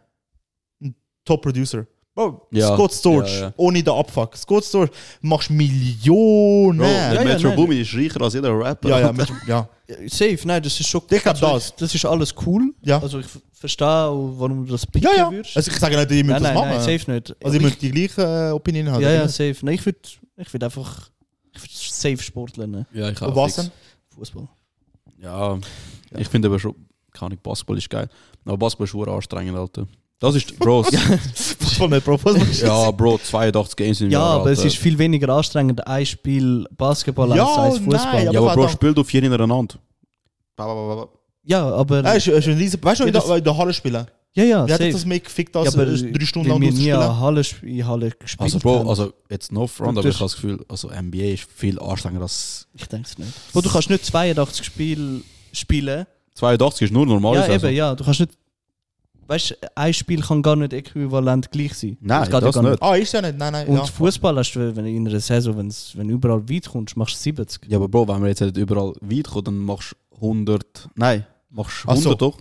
ein Top-Producer. Bro,
Ja.
Scott Storch,
Ja, ja.
ohne den Abfuck. Scott Storch, machst Millionen.
Bro, der
ja,
ja,
Metro
nein.
Boomin ist reicher als jeder Rapper.
ja, ja, mit, ja.
safe, dus nein, das ist schon.
Ich glaub, das.
Das ist dus alles cool.
Ja.
Also ich verstehe, auch, warum du das picken
ja, ja.
würdest.
Also ich sage nicht, ihr müsst
nein,
das
nein,
machen.
nein, safe nicht.
also ihr
ich,
müsst die gleiche äh, Opinion haben.
ja, ja,
oder?
safe. Nein, ich würde ich würd einfach ich würd safe Sportler nehmen.
ja ich
Und was denn?
Fußball.
Ja, ich finde aber schon, keine Ahnung, Basketball ist geil. Aber Basketball ist schon anstrengend, Alter. Das ist, Bro,
Fußball nicht, Bro. Fußball ist
ja, Bro, 82 Games im
Ja,
Jahr,
aber es
Alter.
ist viel weniger anstrengend, ein Spiel Basketball
Ja,
als ein
nein,
Fußball.
Ja, aber Bro,
Verdammt.
spiel du vier hintereinander. Ba, ba, ba, ba, ba.
Ja, aber.
Ja, ist, ist ein riesen, weißt du,
Ja,
in der-
das-
in der Halle spielen.
Ja, ja,
Wie hat
safe.
das mehr gefickt, als
ja, aber
äh, drei Stunden
weil
lang
wir nie
auszuspielen?
an Halle, sp- in Halle gespielt
Also, Bro,
haben.
also jetzt no front,
Du
aber ich
tust-
habe das Gefühl, also NBA ist viel anstrengender als
Ich denke es nicht. Bro, du kannst nicht 82 Spiele spielen.
82 ist also. nur normal.
ja,
also.
eben, ja. Du kannst nicht. Weißt du, ein Spiel kann gar nicht äquivalent gleich sein.
Nein,
geht ja
das
gar
nicht.
Ah, ist ja nicht. Nein, nein.
Und
ja.
Fußball hast du wenn in einer Saison, wenn's, wenn du überall weit kommst, machst du 70.
Ja, aber Bro, wenn wir jetzt nicht überall weit kommen, dann machst du 100. Nein, machst du
Ach so.
100 doch.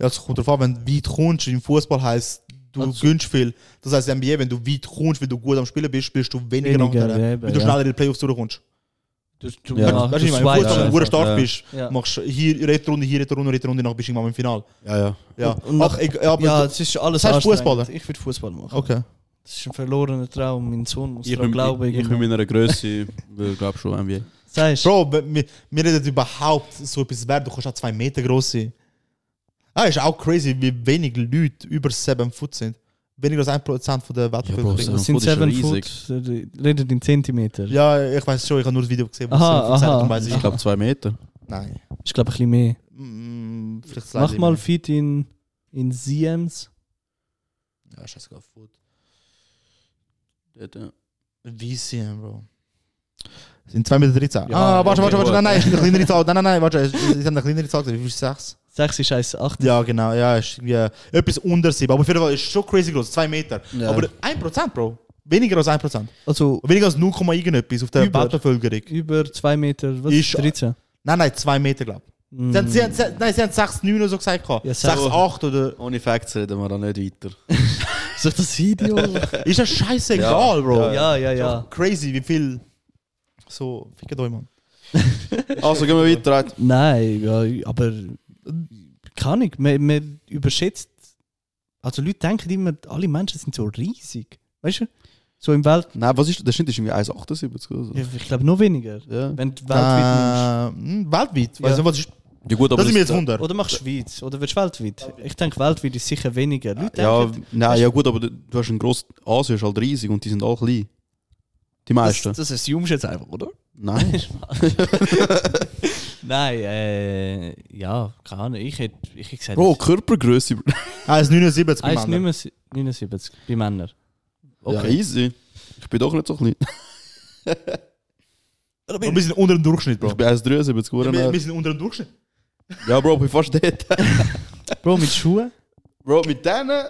Ja, es kommt drauf an, wenn du weit kommst, im Fußball heisst, du
Also-
gönnst viel. Das heisst, NBA, wenn du weit kommst, weil du gut am Spielen bist, spielst du weniger,
Weniger,
nachher,
eben,
weil du
ja.
schneller in die Playoffs durchkommst.
Du, du
Ja.
weißt
machst-
du,
du
ich meine, im
swipest
Fußball, wenn du
einfach.
gut stark
Ja.
bist,
Ja.
machst du hier Retterunde, hier Retterunde, Retterunde, nachher bist du irgendwann im Finale.
Ja, ja.
Ja,
Und nach-
Ach, ich, ja, aber
Ja, es ist alles
Das heißt
anstrengend.
Fußballer?
Ich würde Fußball machen.
okay.
Das ist ein verlorener Traum. Mein Sohn muss
Ich
daran
bin,
glauben.
ich, ich bin
irgendwann.
mit einer Größe, ich glaube schon NBA.
Sagst du?
Bro, wir, wir- wir reden überhaupt so etwas wert, du kannst auch zwei Meter groß sein. Ah, ist auch crazy, wie wenig Leute über 7 Foot sind. Weniger als 1% von der Weltbevölkerung.
Bro,
Das sind
Foot ist
7
riesig.
Foot. äh, Redet in Zentimeter.
ja, ich weiß schon, ich habe nur das Video gesehen, wo es
Aha,
so erzählt hat,
aha.
darum weiss
Ich glaube zwei Meter.
Nein.
Ich glaube, ein bisschen mehr.
Mm, vielleicht
Mach
slightly
mal
mehr.
fit in, in Siems.
Ja, scheißegal, Food.
Dort, ja.
VCM, Bro. Sind 2,13 Meter. 13.
Ja,
ah, warte, warte,
okay,
warte, nein, nein, ist eine kleinere Zahl. Nein, nein, nein, warte, ich habe eine kleinere Zahl gesagt. Wie viel ist 6?
6 ist 1, 8.
Ja, genau, ja, ist irgendwie äh, etwas unter 7. Aber auf jeden Fall ist schon crazy groß, 2 Meter.
Ja.
Aber 1%, Bro. Weniger als 1%.
Also
Weniger als 0, irgendetwas auf der
Über.
Weltbevölkerung.
über 2 Meter, was?
Ist-
13.
Nein, nein, 2 Meter, glaube ich.
Mm.
Sie haben, sie haben, sie, nein, sie haben 6, 9 oder so gesagt.
Ja,
6, 8 oder.
Ohne Facts reden wir da nicht weiter.
Soll ich das Video?
Ist das scheißegal, Bro.
ja, ja,
Ist
ja.
auch Crazy, wie viel. So, fickt euch, Mann.
Also gehen wir weiter. Alter.
Nein, ja, aber kann ich. Man, man überschätzt. Also Leute denken immer, alle Menschen sind so riesig. Weißt du? So im Welt.
Nein, was ist, der Schnitt ist irgendwie 1,78 oder so.
Ja, Ich glaube noch weniger.
Ja.
Wenn du
Ah.
weltweit
Weltweit. Äh, weltweit.
Ja.
Weißt du, was ist,
Ja, gut, aber
das ist mir jetzt wunder.
nimmst. Oder machst du Schweiz? Oder wirst du weltweit? Ich denke, weltweit ist sicher weniger. Leute
Ja,
denken,
nein, ja gut, aber du, du hast einen grossen... Asien ist halt riesig und die sind alle klein.
Ah,
das,
Die meisten.
das assumes jetzt einfach, oder?
Nein.
Nein, äh, ja, keine Ahnung. Ich hätte, ich hätte gesagt, Ah,
Bro, Körpergröße. Bro.
Ah, 1,79 bei Männern.
1,79 bei Männern.
Ja,
Okay.
easy. Ich bin doch nicht so klein.
Und wir sind unter dem Durchschnitt, Bro.
Ich bin 1,73 Uhr.
Wir,
Ja,
wir sind unter dem Durchschnitt.
ja, Bro, ich bin fast dort.
Bro, mit Schuhen?
Bro, mit denen...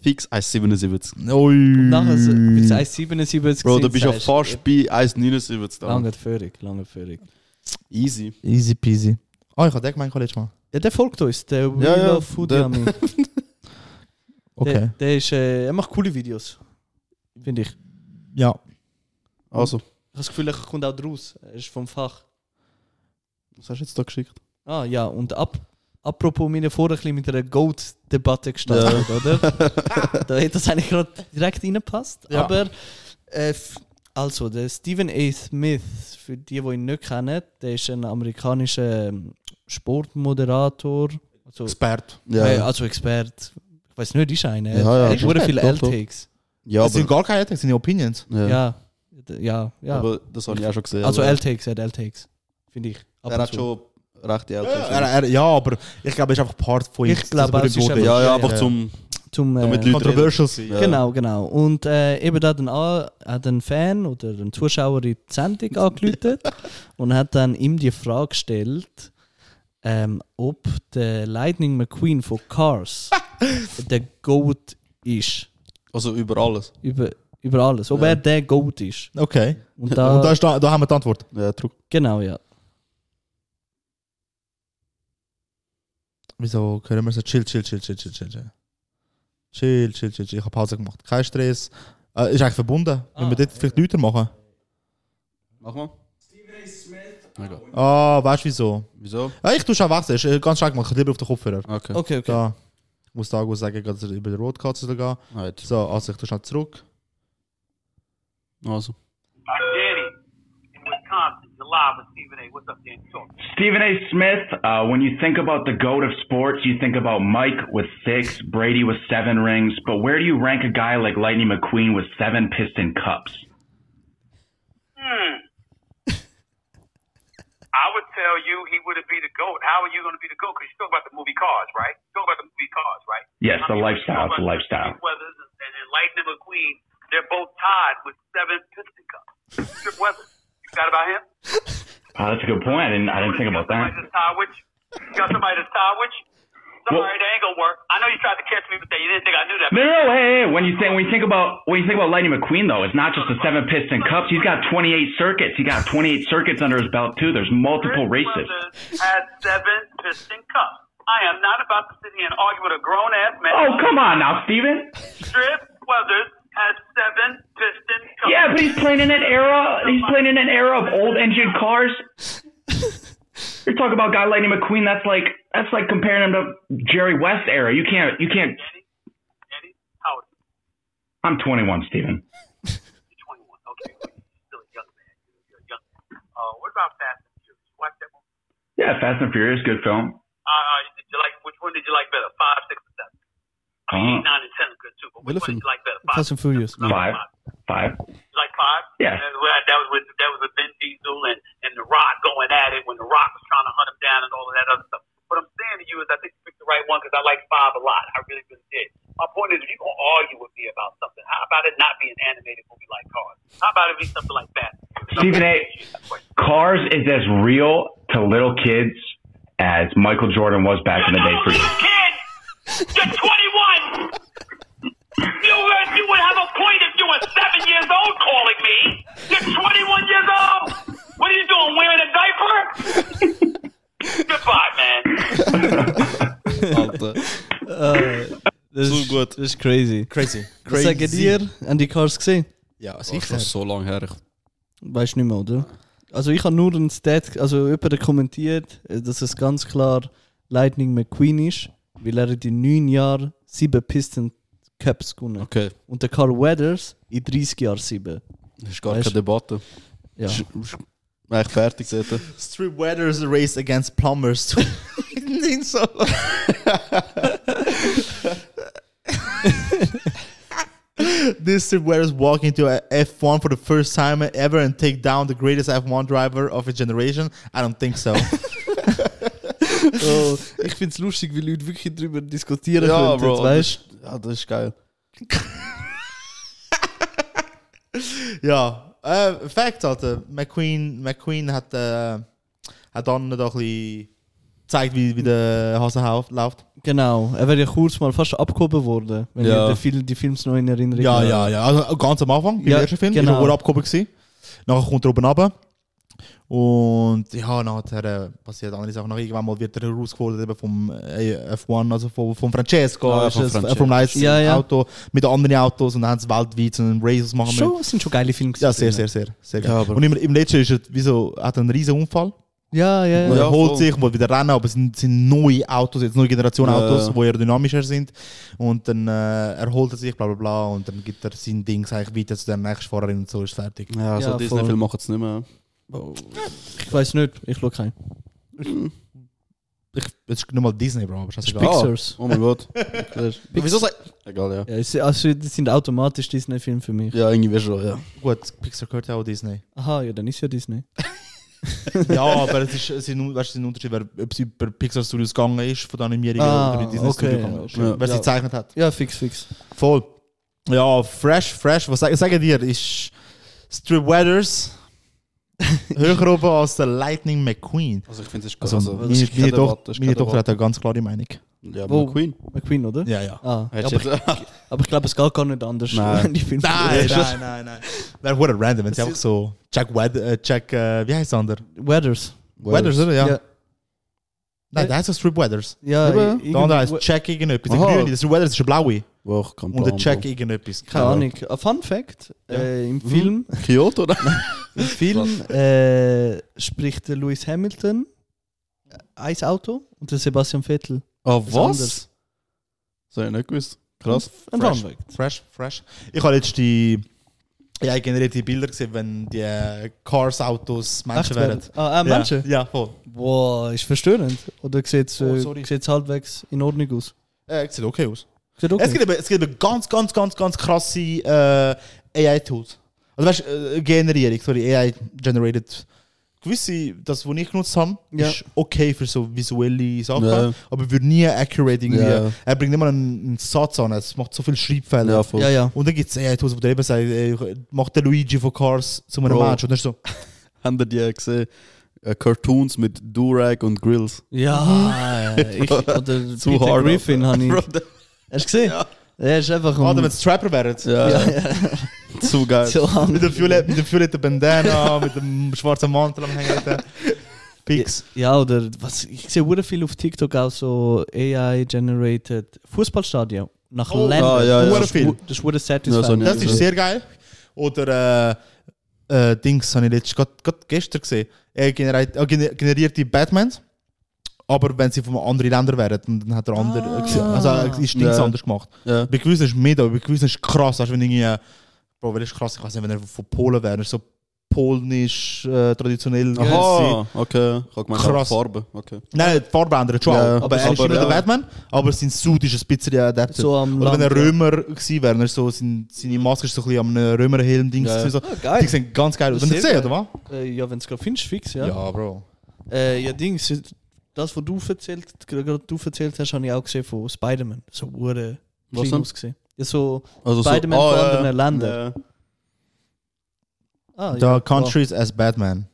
Fix 1,77.
Ui.
Nachher so- bis 1,77
Mm. Bro, du
sind,
bist ja
sagst
fast bei 1,79. da.
Lange Führung, lange Führung.
Easy.
Easy peasy. Oh, ich habe den gemeint, letztes Mal.
Ja, der folgt uns, der Will
Ja, ja,
of Fudami. Der, der,
Okay.
ist, äh, er macht coole Videos, finde ich. Ich
Ja.
Also,
habe das Gefühl, er kommt auch draus. Er ist vom Fach.
was hast du jetzt da geschickt?
Ah ja, und ab. apropos, wir haben vorher ein bisschen mit einer Goat-Debatte gestartet, oder? da hätte das eigentlich gerade direkt reingepasst.
Ja.
Aber äh, f- also, der Stephen A. Smith, für die, die ihn nicht kennen, der ist ein amerikanischer ähm, Sportmoderator. Also,
Expert.
Ja,
äh,
ja.
also Expert. Ich weiß nicht, ist einer.
Ja, ja.
er hat
Schon
sehr viele
doch, doch.
L-Takes.
ja,
Das sind
aber,
gar keine Ethics, das sind Opinions.
ja.
Ja. D- ja, ja.
aber das habe ich auch schon gesehen.
also
aber
L-Takes, er hat L-Takes. Finde ich. Ab
er
und
hat
zu.
schon rechte
Ja,
Eltern.
er, er, ja, aber ich glaube, es ist einfach Part von
Ich glaube auch, es ist
ja, ja,
Ja,
einfach
ja.
zum.
Zum, äh,
Damit Leute
Controversial sein.
Ja.
Genau, genau. Und äh, eben da hat ein, A- hat ein Fan oder ein Zuschauer in die Sendung angelötet und hat dann ihm die Frage gestellt, ähm, ob der Lightning McQueen von Cars der Goat ist.
Also über alles.
Über, über alles. Ob
Ja.
er der Goat ist.
Okay.
Und da,
Und da, ist, da, da haben wir die Antwort.
Ja, Druck.
genau, ja.
Wieso können wir so chill, chill, chill, chill, chill, chill, chill. Chill, chill, chill, chill. Ich habe Pause gemacht. Kein Stress. Äh, ist eigentlich verbunden. Wenn wir dort vielleicht Leute machen.
Mach mal. Mega.
Ah, weißt du wieso?
Wieso?
Ja, ich tue schon wechseln. Ist äh, ganz stark gemacht. Ich lieber auf den Kopfhörer.
Okay.
Okay, okay.
Da. Ich muss da auch sagen, dass er über den Rotkatze zu gehen.
Right.
So, also ich tue schnell zurück.
Also.
I'm Danny in Wisconsin. You're live with Stephen A. What's up, Danny? Talk.
Stephen A. Smith, uh, when you think about the GOAT of sports, you think about Mike with six, Brady with seven rings, but where do you rank a guy like Lightning McQueen with seven piston cups?
I would tell you he would be the GOAT. How are you going to be the GOAT? Because you talk about the movie Cars, right? You talk about the movie Cars, right?
Yes, the
when you
lifestyle,
talk
the
about
lifestyle.
Chip Weathers and, and Lightning McQueen, they're both tied with seven piston cups. Chip Weathers, you got about him?
Oh, that's a good point. I didn't, I didn't think about that.
Somebody that's tied with you? You got somebody that's tied with you? Sorry,
Well-
that ain't going to work. I know you tried to catch me with that. You didn't think I knew that.
No, no, hey, hey, when you think when you think about when you think about Lightning McQueen though, it's not just the seven piston cups. He's got 28 circuits. He got 28 circuits under his belt too. There's multiple
Chris
races.
Weathers had seven piston cups. I am not about to sit here and argue with a grown ass man.
Oh, come on now, Steven.
Chris Weathers has seven piston cups.
Yeah, but he's playing in an era. He's playing in an era of old engine cars. You're talking about guy Lightning McQueen. That's like that's like comparing him to Jerry West era. You can't. You can't.
Eddie, Eddie, how old are you?
I'm 21, Steven.
You're 21. Okay, well, you're still a young man. You're a young man. Uh, what about Fast and Furious? You Watch that one.
Yeah, Fast and Furious, good film.
Uh, uh, did you like which one did you like better? Five, six, or seven? I mean,
Uh-huh.
eight, nine, and ten are good too. But which
Elephant.
one did you like better? Five.
Fast and Furious.
No,
Five. Five.
You like five?
Yeah.
That, that- that was with that was with Ben Diesel and and The Rock going at it when The Rock was trying to hunt him down and all of that other stuff. What I'm saying to you is, I think you picked the right one because I like five a lot. I really, really did. My point is, if you're gonna argue with me about something, how about it not be an animated movie like Cars? How about it be something like that?
Stephen A. Cars is as real to little kids as Michael Jordan was back in the day for you.
kid. You're 21. You, uh, you would have a point if you were seven years old calling me. You're 21 years old. What are you doing? Wearing a diaper? Goodbye, man.
Alter.
Das
So
ist
gut.
Das ist crazy.
Crazy.
Was sagen dir? Haben die Cars gesehen?
Ja,
Ich
sicher.
das so lange her. Ich
Weißt du nicht mehr, oder? Also ich habe nur einen Stat, also jemand hat kommentiert, äh, dass es ganz klar Lightning McQueen ist, weil er in den neun Jahren sieben Piston Cups gewonnen hat.
Okay.
Und der Carl Weathers in 30 Jahren sieben.
Das ist gar
Weißt-
keine Debatte.
Ja.
Ist- ist- Eigentlich fertig dort.
Street Weathers race against plumbers. Nicht so. This Street Weathers walk into a F1 for the first time ever and take down the greatest F1 driver of a generation? I don't think so.
Oh, ich finde es lustig, wie Leute wirklich darüber diskutieren
Ja,
ja, können.
Bro.
Bro, Oh, weißt?
Das, ja, das ist geil.
ja. Äh, Fact, Alter. McQueen, McQueen hat, äh, hat dann noch ein bisschen gezeigt, wie, wie der Hase hau- läuft.
Genau, er wäre ja kurz mal fast abgehoben worden, wenn
Ja.
ihr den Film, die Films noch in Erinnerung
Ja,
habt.
ja, ja. Also ganz am Anfang, beim
Ja,
ersten Film,
genau.
genau. war er abgehoben. gewesen. Nachher kommt er oben runter. Und ja, nachher äh, passiert andere Sachen. Nach irgendwann mal wird er herausgefordert eben vom äh, F1, also vom, vom Francesco,
Ah,
ah,
vom Francesco.
vom Leis
Ja, ja.
Auto, mit den anderen Autos und dann haben sie weltweit so einen Race machen
Schon, es sind schon geile Filme
Ja, sehr, sehr,
gewesen.
sehr. sehr
Ja,
geil.
aber-
und im, im letzten ist er, wieso, hat er einen riesen Unfall.
Ja, ja,
Und
ja.
Ja,
er holt
voll.
sich, muss wieder rennen, aber es sind, sind neue Autos, jetzt neue Generation
Ja,
Autos,
ja.
die eher dynamischer sind. Und dann äh, erholt er sich, bla bla bla, und dann gibt er sein Ding eigentlich weiter zu der nächsten Fahrerin und so ist fertig.
Ja, so
Ja, voll.
Disney-Film machen es nicht mehr.
Ich weiß nicht, ich schaue keinen.
Ich, das ist nicht mal Disney, Bro, aber Ah, ist das egal.
Pixars.
Oh mein Gott. Wieso sagt. Egal, ja.
Ja, es- also, das sind automatisch Disney-Filme für mich.
Ja, irgendwie schon, ja.
Gut, Pixar gehört ja auch Disney.
Aha, ja, dann ist ja Disney.
ja, aber es ist, es ist, ein- weißt, du, es ist ein Unterschied, wer, ob es über Pixar Studios gegangen ist, von den Animierungen
Ah,
oder in Disney
okay,
Studios
ja,
gegangen ist.
okay.
Wer sie
Ja.
gezeichnet hat.
Ja, fix, fix.
Voll. Ja, fresh, fresh. Was sag, sagen dir? Ist Strip Weathers höher oben als der Lightning McQueen?
Also ich finde es ist
Also,
also,
meine, meine, Toch- meine Tochter hat eine ganz klare Meinung.
Ja,
Wo?
McQueen.
McQueen, oder?
Ja, ja.
Ah,
Hättest
aber, ich,
du jetzt-
aber ich glaube, es geht gar nicht anders.
Nein.
wenn die Filme Äh,
Nein, nein, nein, nein. Wäre hure random, wenn sie
Das
einfach
ist-
so Jack Weather, äh, Jack, äh, wie heißt der andere?
Weathers.
Weathers, oder? Ja.
Ja,
Nein, der heißt doch Strip Weathers.
ja,
Eben.
ja
Der andere heißt Jack irgendetwas. Der
Aha.
grüne, der Strip Weathers ist der blaue.
Wo ich kann
Und der
Plan,
Jack
Bro.
irgendetwas.
Keine Ahnung. Ein Fun Fact: äh,
Mhm.
Im Film,
Kyoto, oder?
im Film äh, spricht der Lewis Hamilton äh, ein Auto und der Sebastian Vettel.
Ah, was?
anders.
Das habe ich nicht gewusst. Krass.
Ein
Fresh.
Fun Fact.
Fresh, fresh. Ich habe jetzt die ja, generierte Bilder gesehen, wenn die äh, Cars, Autos, Menschen
Echt,
wären.
während- Ah, ah, Menschen?
Ja, ja voll.
Boah, ist verstörend. Oder sieht es
Oh,
äh,
sorry.
sieht's halbwegs in Ordnung aus?
Äh, sieht okay aus.
Sieht okay.
Es, gibt eben, es gibt eben ganz, ganz, ganz, ganz krasse äh, AI-Tools. Also weißt du, äh, Generierung, sorry, AI-generated. Gewisse, das, was ich genutzt habe,
Ja.
ist okay für so visuelle Sachen,
Ja.
aber würde nie accurate irgendwie.
Ja.
Er bringt immer einen, einen Satz an, es macht so viele Schreibfehler.
Ja, voll.
ja, ja.
Und dann gibt es AI-Tools, wo der eben sagt, ey, mach den Luigi von Cars zu einem
Bro.
Mensch. Und dann ist so,
Haben ihr die gesehen? Äh, Cartoons mit Durag und Grills.
Ja, ich, oder
Zu
Zu Peter
hard,
Griffin habe ich.
Bro, der-
Hast du gesehen? Er ist einfach
Ah,
am-
wenn es Trapper wären.
Ja, ja, zu geil.
so am-
Mit dem Violet- mit dem violeten Bandana, mit dem schwarzen Mantel am Hängen. Pix.
Ja, oder was, ich sehe sehr viel auf TikTok auch so AI-generated Fußballstadion nach
Oh,
Ländern.
ah, ja, ja.
Das ist
Viel.
wu- das ist wurde
Ja, so
satisfying.
nicht.
Das ist
Ja.
sehr geil. Oder äh, äh, Dings habe ich letztens gerade- gerade gestern gesehen. Er generiert, äh, gener- generiert die Batmans, aber wenn sie von einem anderen Länder wären, dann- dann hat er andere. äh, gesehen. Also äh, ist Dings
Ja.
anders gemacht.
Ja.
Bei gewissen ist mega, bei gewissen ist krass. Weißt, du, wenn irgendwie, äh, Bro, weil ist krass, ich weiß nicht, wenn er von Polen wäre, so polnisch, äh, traditionell.
Aha, okay. Ich habe gemeint,
Krass.
Krass. Farbe. Okay.
Nein, die Farbe ändert schon.
Ja,
auch. aber er ist
aber-
immer der
ja.
Batman, aber sein Suit ist ein bisschen adapted.
So am
Oder wenn er
Land, ja.
Römer gewesen wäre, dann ist so, sein, seine Maske ist so ein bisschen am äh, Römerhelm-Dings.
Ja, ja.
So.
geil.
Die sehen ganz geil aus.
Das
Wenn ihr
sehr
seht, oder
geil.
was?
Äh, ja, wenn es gerade findest, fix, ja. Ja,
Bro.
äh, ja Dings, das, was du erzählt, gerade du erzählt hast, habe ich auch gesehen von Spider-Man. So wurde
Was
clean
denn?
ausgesehen. Ja, so,
Also
Spider-Man von
ja,
anderen
ja.
Ländern. ah,
The
ja,
countries as Batman.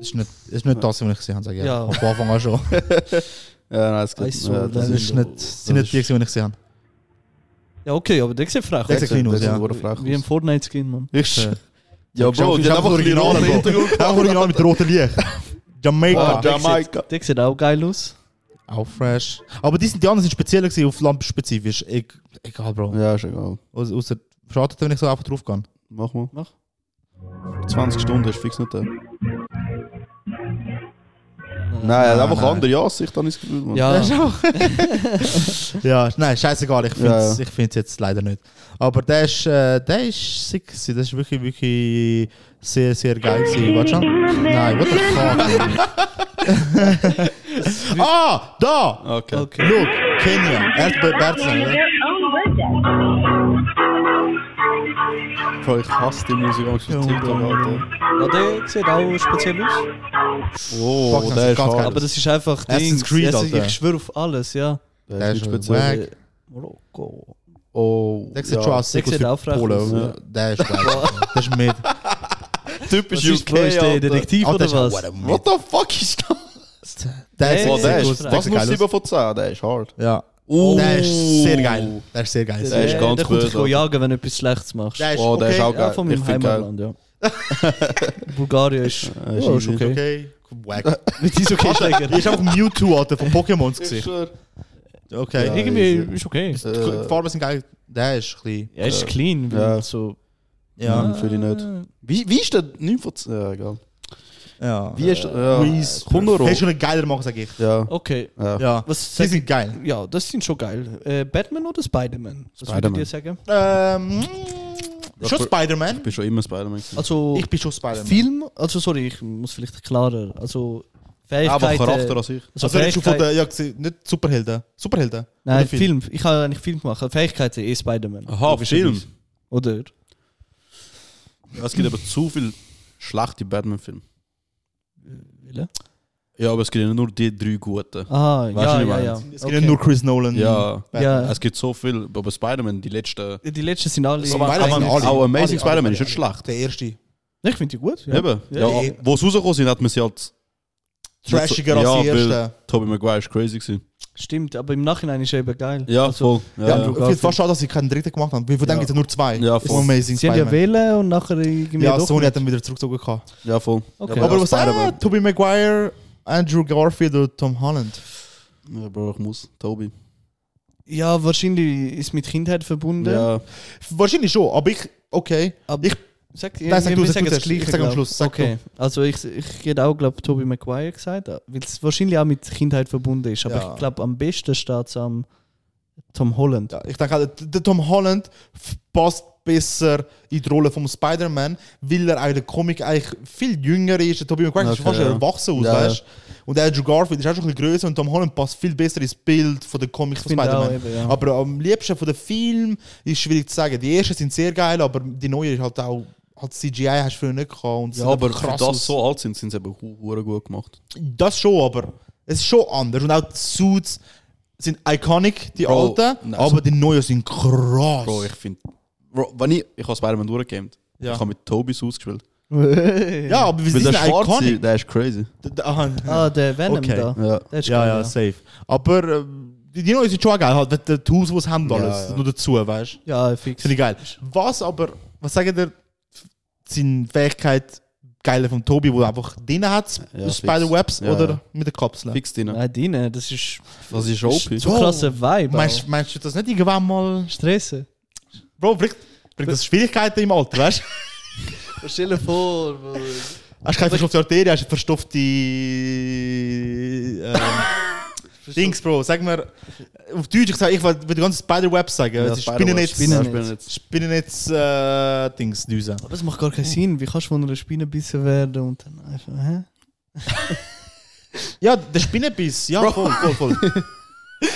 Ist nicht, ist nicht das, was ich gesehen habe, sage ich.
Ja.
Von Anfang an schon.
Ja, ja nein, es
I
geht
saw
ja,
that.
Das ist nicht, sind nicht die, gewesen, die ich gesehen habe.
Wow. Ja, okay, aber der sieht frech
Der
aus.
sieht clean aus,
Das ist
ja.
nur frech
Wie ein
aus.
Fortnite-Skin, Mann.
Ich sch-
Ja.
Ja, Bro, die haben einfach ein bisschen roten Hintergrund.
Einfach original mit rotem Licht. Jamaica.
Ah, Jamaika.
Der sieht auch geil aus.
Auch fresh. Aber die, sind, die anderen sind speziell gewesen, auf Land spezifisch. E- Egal, Bro.
Ja, ist egal.
Aus- Außer, schadet, wenn ich so einfach drauf gehe.
Mach mal.
Mach.
20 Stunden ist fix nicht der. Nein, er hat einfach
nein.
andere Ja-Sicht, habe ich das Gefühl. Mann.
Ja,
Ja, nein, scheißegal, ich finde es
Ja,
jetzt leider nicht. Aber der ist, äh, der ist sick, gewesen. das ist wirklich, wirklich sehr, sehr geil. gewesen. Warte schon. Nein, what the fuck. ah, da!
Okay.
okay.
Look, Kenia. Er ist bei Bertzen, oder?
Bro, ich hasse die Musik am TikTok, Alter.
Ja, der sieht auch speziell aus.
Oh,
Fuck, das
der
ist
ist
ganz
hart.
geil.
Aber das ist einfach
Assassin's Creed,
Es-
Alter.
Ich schwöre auf alles, ja.
Der ist
Der
nicht
ist
speziell.
wack.
Eh, Marokko.
Oh,
Der sieht schon aus sick aus
Der sieht
für
auch frech aus,
Polen.
ja.
Der ist geil. Das ist mit.
typisch
Was ist, Bro, ist der Detektiv
Alter,
oder
ist auch
was?
ein Mid.
What the fuck ist das?
Der ist
Hey.
Oh,
sick
der
Sehr
aus.
ist,
gut.
was
sieht
nur
geil aus.
7 von 10? Der ist hart.
Ja.
Oh.
Der ist sehr geil. Der ist sehr geil.
Der ist
der
ganz
kommt dich
böse, Alter.
jagen, wenn du etwas Schlechtes machst.
Der ist
Oh, der ist auch
okay.
ja,
geil.
von
ich
meinem
find geil.
Heimatland, ja. Bulgarien ist, ja,
ist
ist okay.
easy.
Okay. Wack.
Mit diesem
Hier ist auch Mewtwo, Alter, von Pokémon gesehen. Okay.
Ja.
Irgendwie ist okay.
Eh, Die Farben sind geil. Der ist ein bisschen.
Er ist clean, weil
Ja.
so
Ja.
Nein, fühle ich nicht. Wie, wie ist der 9 von 10? Ja, egal.
ja.
Wie ist ja.
Reese.
Kundero?
Hättest du einen geiler machen, sag ich.
Ja.
Okay.
ja.
Ja.
Was
Die
sag-
sind geil.
Ja, das sind schon geil. Äh, Batman oder Spider-Man? Was würdet
Spider-Man.
ihr sagen?
Ähm, schon
für-
Spider-Man.
Ich bin schon immer Spider-Man. gewesen.
Also,
Ich bin schon Spider-Man.
Film, also sorry, ich muss vielleicht klarer. Also, Fähigkeiten.
Aber Charakter als ich.
Also,
Also redest du
Fähigkeiten.
von der, ja, gesehen, nicht äh. Superhelden. Superhelden?
Nein,
Oder
Film. Ich habe eigentlich Film gemacht. Fähigkeiten eh Spider-Man.
Aha, Film.
Oder?
Ja, es gibt aber zu viele schlechte Batman-Filme.
Wille?
Ja, aber es gibt ja nur die drei guten.
Aha,
Weißt
Ah, ja,
du, wie
ja,
ich
ja.
meine?
Es gibt ja nur Chris Nolan. Also
Ja,
Ja.
es gibt so viel. Aber Spider-Man, die letzten.
Die letzten sind alle.
Aber-
Aber
eigentlich alle.
auch
Alle, alle,
Amazing Spider-Man ist
alle.
nicht schlecht.
Der erste.
Ich finde die gut. Ja.
Eben.
Ja.
Ja, Wo es rausgekommen sind, hat man sie halt.
Trashiger als die erste.
Toby Maguire ist crazy gewesen.
Stimmt, aber im Nachhinein ist er eben geil.
Ja,
also,
voll. Ja,
Ja,
ja.
ich finde fast schade, dass sie keinen dritten gemacht haben. Weil von dem
Ja.
gibt es nur zwei.
Ja,
Vom
voll.
Amazing
Sie haben ja
Spider-Man.
wählen und nachher irgendwie.
Ja,
doch
Sony
nicht.
hat ihn wieder zurückgezogen. gehabt.
ja voll.
Okay.
Ja,
Aber was
Spider-Man.
ah, Tobey Maguire, Andrew Garfield oder Tom Holland?
Ja, Bro, ich muss. Toby.
Ja, wahrscheinlich ist mit Kindheit verbunden.
Ja.
Wahrscheinlich schon, aber ich. Okay.
Aber
ich
Sag,
Nein, sag
wir
du,
müssen
sag du
das
zuerst. Ich
Gleiche,
sag am
glaub.
Schluss, sag
okay, also ich, ich hätte auch, glaube Toby Maguire gesagt, weil es wahrscheinlich auch mit Kindheit verbunden ist. Aber
Ja.
ich glaube, am besten steht es am Tom Holland.
Ja, ich denke, auch, der- der Tom Holland f- passt besser in die Rolle vom Spider-Man, weil er auch in der Comic eigentlich viel jünger ist. Der Tobey Maguire ist
Okay,
fast
ja.
erwachsen aus,
Ja, ja.
weißt Und der Andrew Garfield ist auch schon ein bisschen größer und Tom Holland passt viel besser ins Bild von der Comic von
finde
Spider-Man.
auch eben, ja.
Aber am liebsten von den Film ist schwierig zu sagen. Die ersten sind sehr geil, aber die neue ist halt auch hat CGI hast du früher nicht gehabt und
Ja,
sieht
aber
einfach
für das
aus.
so alt sind, sind sie eben hu- hure gut gemacht.
Das schon, aber es ist schon anders. Und auch die Suits sind iconic, die
Bro,
alten,
nein,
aber
so-
die neuen sind krass.
Bro, ich finde. Bro, wenn ich. Ich habe Spider-Man durchgegamed.
Ja.
Ich habe mit Tobis ausgespielt.
Ja, aber wir
Weil
sind
der Schwarze,
iconic.
der ist crazy.
D- d- aha.
ah, der Venom
Okay.
da.
Ja.
Der ist
Ja,
geil,
ja, safe. Aber ähm, die die neuen sind schon auch geil, halt die Tools, die sie haben, alles.
ja.
Nur dazu, weißt du?
ja. ja, fix.
Finde ich geil. Was aber, was sagen der seine Fähigkeit geiler vom Tobi, wo er einfach drin hat,
Ja,
Spider-Webs
fix. Ja,
oder
ja.
mit der Kapsel?
Fix drin.
Nein, deine, das ist
Das ist OP.
so
Oh.
krasser Vibe.
Meinst,
auch.
meinst du das nicht irgendwann mal?
Stressen.
Bro, bringt, bringt das Schwierigkeiten im Alter, weißt du?
Stell dir vor,
Hast keine verstopfte Arterie, hast eine verstopfte. Ähm, Dings, Bro. Sag mal, auf Deutsch, ich, sag, ich will will die ganze Spider-Web sagen.
Ja,
es ist
Spider-Web.
Spinnennetz.
Spinnen-
Spinnennetz.
Spinnennetz. Äh, Dings, Düse.
aber es macht gar keinen Sinn. Wie kannst du von einer Spinne bissen werden und dann einfach, hä?
Ja, der Spinnenbiss. Ja, voll, voll, voll.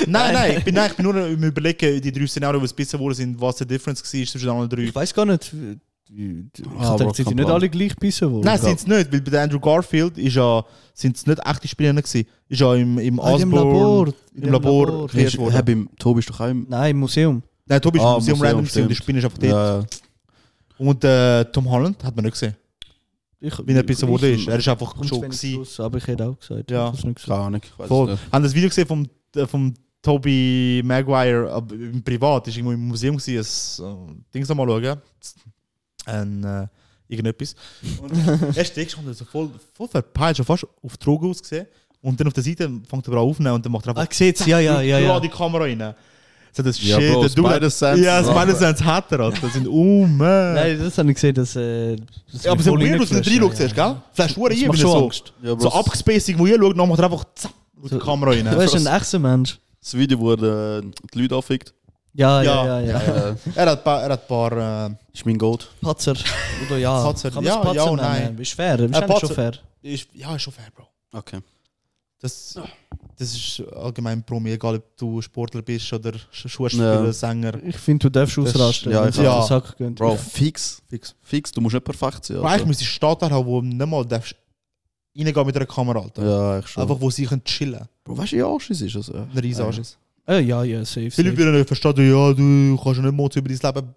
nein, nein, ich bin, nein, ich bin nur am Überlegen, die drei Szenarien, die es besser wurden, sind, was der Difference war zwischen den anderen drei.
Ich weiß gar nicht. wie- wie- Ich
Ah,
dachte,
Bro,
sind die
kein
nicht
Plan.
alle gleich bissen worden?
Nein, sind es nicht, weil bei der Andrew Garfield ist ja, sind es nicht echte Spinner gewesen. Ist ja im, im
Ah, in dem
Osborn-
Labor. In
Im
dem
Labor.
Labor.
kreiert worden.
Hab im Tobi ist doch auch im.
Nein, im Museum.
Nein, Tobi ist
Ah,
im Museum,
Museum,
random gewesen und der
stimmt.
Spinner ist einfach dort.
Ja, ja.
Und äh, Tom Holland hat man nicht gesehen,
Ich,
wie er besser wurde
ich-
ist. Er ist einfach
Kommt
schon
wenig
gewesen.
raus, aber ich Also, hätte auch gesagt.
Ja.
ich hab's nicht gesagt.
Keine Ahnung. Ich weiß es
Voll.
nicht.
Haben das Video gesehen vom, äh, vom Toby Maguire äh, im Privat? Ist irgendwo im Museum gewesen. Das äh, Dings nochmal schauen. Ein, äh, irgendetwas. Und er steht schon so voll, voll verpeilt, schon fast auf Drogen ausgesehen. Und dann auf der Zack, Seite fängt er an aufnehmen und dann macht er
Ah,
einfach
sieht's? Ja, ja, ja,
klar
ja.
die Kamera rein. So, das
Ja,
Shit,
Bro,
der Dude-
Spider-Sense.
Ja,
Bro.
Spider-Sense hat er, Alter. Das sind, oh man.
Nein, das habe ich gesehen, dass. Äh, dass
Ja, aber
mich
es ist
voll
weird, dass du nicht
reingeflasht
reinschaust,
hat,
siehst, gell? Vielleicht schwör
Das
ich
macht schon
so.
Angst.
Ja,
So
Bro, das-
abgespaced, wo ich schaue, dann macht er einfach zapp und die Kamera rein.
Du bist ein echter Mensch.
Das Video, wo er äh, die Leute anfickt,
Ja, ah, ja,
Ja,
ja. ja,
äh,
Er hat ein paar, er hat ein paar, äh,
ist mein Gold.
Patzer. Oder ja.
Patzer.
Kann man's
Ja,
Patzer
ja und
nennen?
nein.
Bist fair. Bist
Äh,
eigentlich schon
Patzer.
fair.
ist, ja, ist schon fair, Bro.
Okay.
Das, das ist allgemein pro mir, egal ob du Sportler bist oder Sch- Schuhspieler,
Ja.
Sänger.
Ich finde, du darfst ausrasten,
ja,
wenn es
ich
auf den
auch.
Sack geht.
Bro, fix.
Fix.
Fix, du musst nicht perfekt sein.
Bro,
Alter.
eigentlich müsstest du Starter haben, wo nicht mal darfst reingehen mit einer Kamera, Alter.
Ja, ich schon.
Einfach, wo sie können chillen.
Bro, weißt du, wie Arsch es ist? Also, ja.
Ein Riesarsch ist.
Äh, ja, ja, safe.
Viele
safe.
würden nicht verstehen, ja, du kannst ja nicht mal über dein Leben.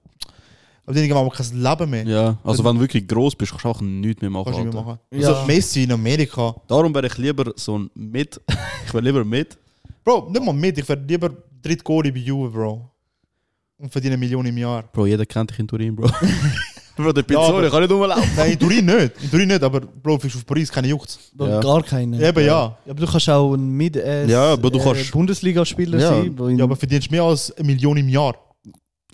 Aber die haben kein Leben mehr.
Ja, also wenn du wirklich gross bist, kannst du auch nichts mehr machen.
Kannst du nicht mehr
Alter.
machen.
Ja.
Also Messi in Amerika.
Darum wäre ich lieber so ein Mit. ich wäre lieber Mit.
Bro, nimm mal mit, ich werde lieber dritt Goalie bei Juve, Bro. Und verdiene eine Million im Jahr.
Bro, jeder kennt dich in Turin, Bro. Bro, der
Ja, aber-
kann nicht rumlaufen.
Nein, in Turin nicht. In Turin nicht, aber Bro, fischst auf Paris, keine Juckt.
Bro,
Ja.
Gar keine.
Eben ja.
Ja, aber du kannst auch ein mid äh,
Ja, aber du kannst-
Bundesliga-Spieler
Ja.
sein. wo in-
Ja, aber verdienst mehr als eine Million im Jahr.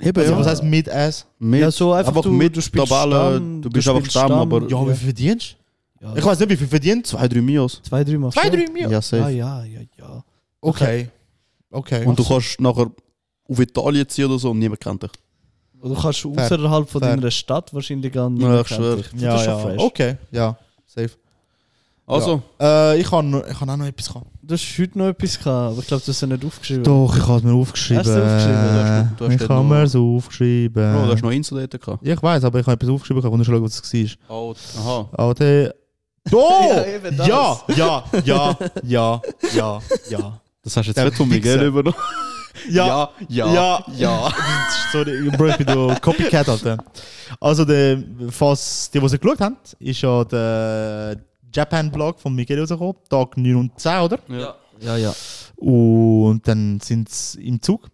Eben,
Also,
ja.
was heißt Mid-Ass?
Mit,
Ja, so einfach,
einfach
du-
mit
du spielst
Tabelle,
Stamm, du
du bist einfach
spielst
Stamm,
Stamm.
aber
Ja,
Ja,
wie
wie verdienst
Ja,
du? Ich weiß nicht, wie viel verdienst du?
zwei, drei Mios.
zwei, drei Mal.
Zwei,
vier.
drei Millionen?
Ja,
Ja,
safe.
ja, ja, ja.
Okay. Okay.
Und du kannst nachher auf Italien ziehen oder so und niemand kennt dich.
Oder du kannst du
Fair.
außerhalb von
Fair.
deiner Stadt wahrscheinlich gar nicht
Ja,
mehr
ich schwör.
kennen. Das
ja,
ist
ja.
schon fresh.
Okay, ja. Safe.
Also,
Äh, ich habe ich hab auch noch etwas gehabt.
Du hast heute noch etwas gehabt, aber ich glaube, du hast es nicht aufgeschrieben.
Doch, ich habe es mir aufgeschrieben.
Hast du es aufgeschrieben?
Du hast- du hast
ich
dort
habe
noch-
mir es aufgeschrieben.
Bro, du hast noch Insolate gehabt.
Ja, ich weiß, aber ich habe etwas aufgeschrieben, ich konnte schauen, was es war.
Oh, aha.
Aber der. Oh!
Ja, eben das.
ja, ja, ja, ja, ja, ja.
Das hast du jetzt
Der
nicht von Miguel
Wichser.
übernommen.
Ja,
ja,
ja.
ja.
Sorry, Bro, ich bin du Copycat, Alter. Also, der, falls die, die es geschaut haben, ist ja der Japan-Blog von Miguel rausgekommen, Tag 9 und 10, oder?
ja.
Ja, ja.
Und dann sind sie im Zug.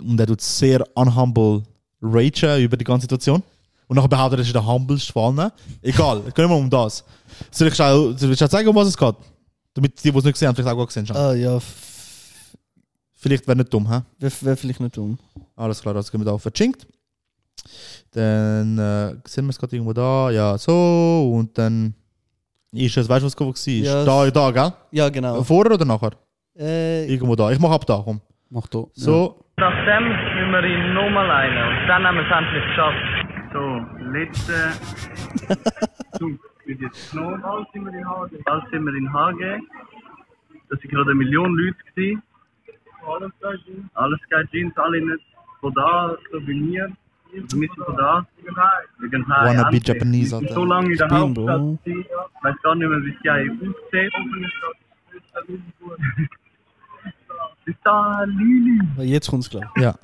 Und er tut sehr unhumble ragen über die ganze Situation. Und nachher behauptet er, er ist der humbelste von allen. Egal, es geht immer um das. Soll ich schon, soll ich schon zeigen, um was es geht? Damit die, die es nicht gesehen haben, vielleicht auch gut gesehen haben.
Ah, ja. f-
Vielleicht wäre nicht dumm, hä?
Wäre wär vielleicht nicht um.
Alles klar, das gehen wir da auf Verschinkt. Dann äh, sehen wir es gerade irgendwo da. Ja, so. Und dann ist es, weißt du, was es war?
Ja,
da, da, gell?
Ja, genau.
Vorher oder nachher?
Äh,
Irgendwo da. Ich mache ab da, komm.
Mach da.
So.
Nach dem müssen wir ihn nochmal einen und dann haben wir es endlich geschafft.
So, letzter Zug wird jetzt genommen. Bald sind wir in Hage. Bald sind wir in Hage. Das sind gerade eine Million Leute. Gewesen. Alles Sky Jeans. Alles Sky Jeans, alle nicht von da, so bei mir. Also wir sind von da. Wegen Hai.
Wanna be
Anzi.
Japanese,
Wir sind
Alter.
so lange in der
Bin,
Hauptstadt.
Bro.
Ich weiß gar nicht mehr, wie es die Hai aussieht. Bis da, Lili.
jetzt kommt es, glaube
Ja.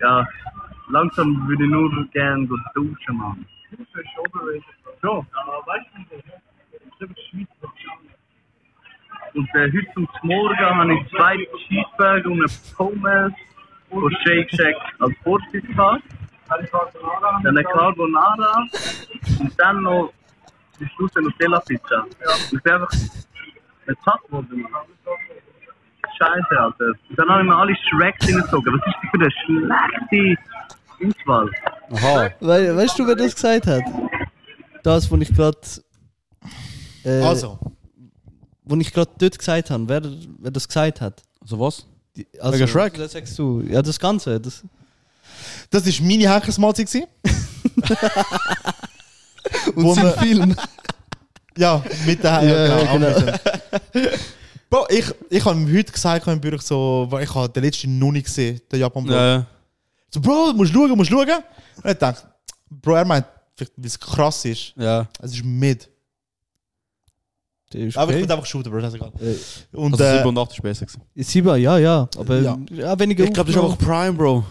Ja, langsam würde ich nur gerne so duschen, Mann. Schon, aber weißt du nicht, das ist Schweizer. Und äh, heute zum Morgen habe ich zwei Cheeseburger und eine Pommes von Shake Shack als Vorsitz gehabt. Dann eine Carbonara und dann noch zum Schluss eine Nutella-Pizza. Und einfach eine Tatwurst Scheiße, Alter. Und dann haben wir alle Shrek hingezogen. Was ist das für eine schlechte Auswahl?
Aha.
ich. We weißt du, wer das gesagt hat? Das, was ich gerade. Äh,
Also.
Wo ich gerade dort gesagt habe, wer, wer das gesagt hat.
Also was?
Die- Also,
Wegen Shrek?
Das sagst du. Ja, das Ganze. Das,
Das war meine Hackersmahlzeit. gewesen.
und
sein
Film.
Ja, mit der
Ja,
ja,
ja,
genau, auch mit dem. Bro, ich, ich habe ihm heute gesagt, im Büro, so, weil ich habe den letzten noch nicht gesehen, den japan Bro.
Ja.
So, Bro, du musst schauen, musst schauen. Und ich dachte, Bro, er meint, vielleicht, weil es krass ist.
Ja.
Es ist mit.
Der ist
Aber ich
okay.
finde einfach shooten, Bro, das ist egal.
Äh,
Und
Also
äh,
87 ist besser gewesen.
Sieben, ja, ja. Aber
Ja.
ja. weniger. Aufnahmen.
Prime, Bro.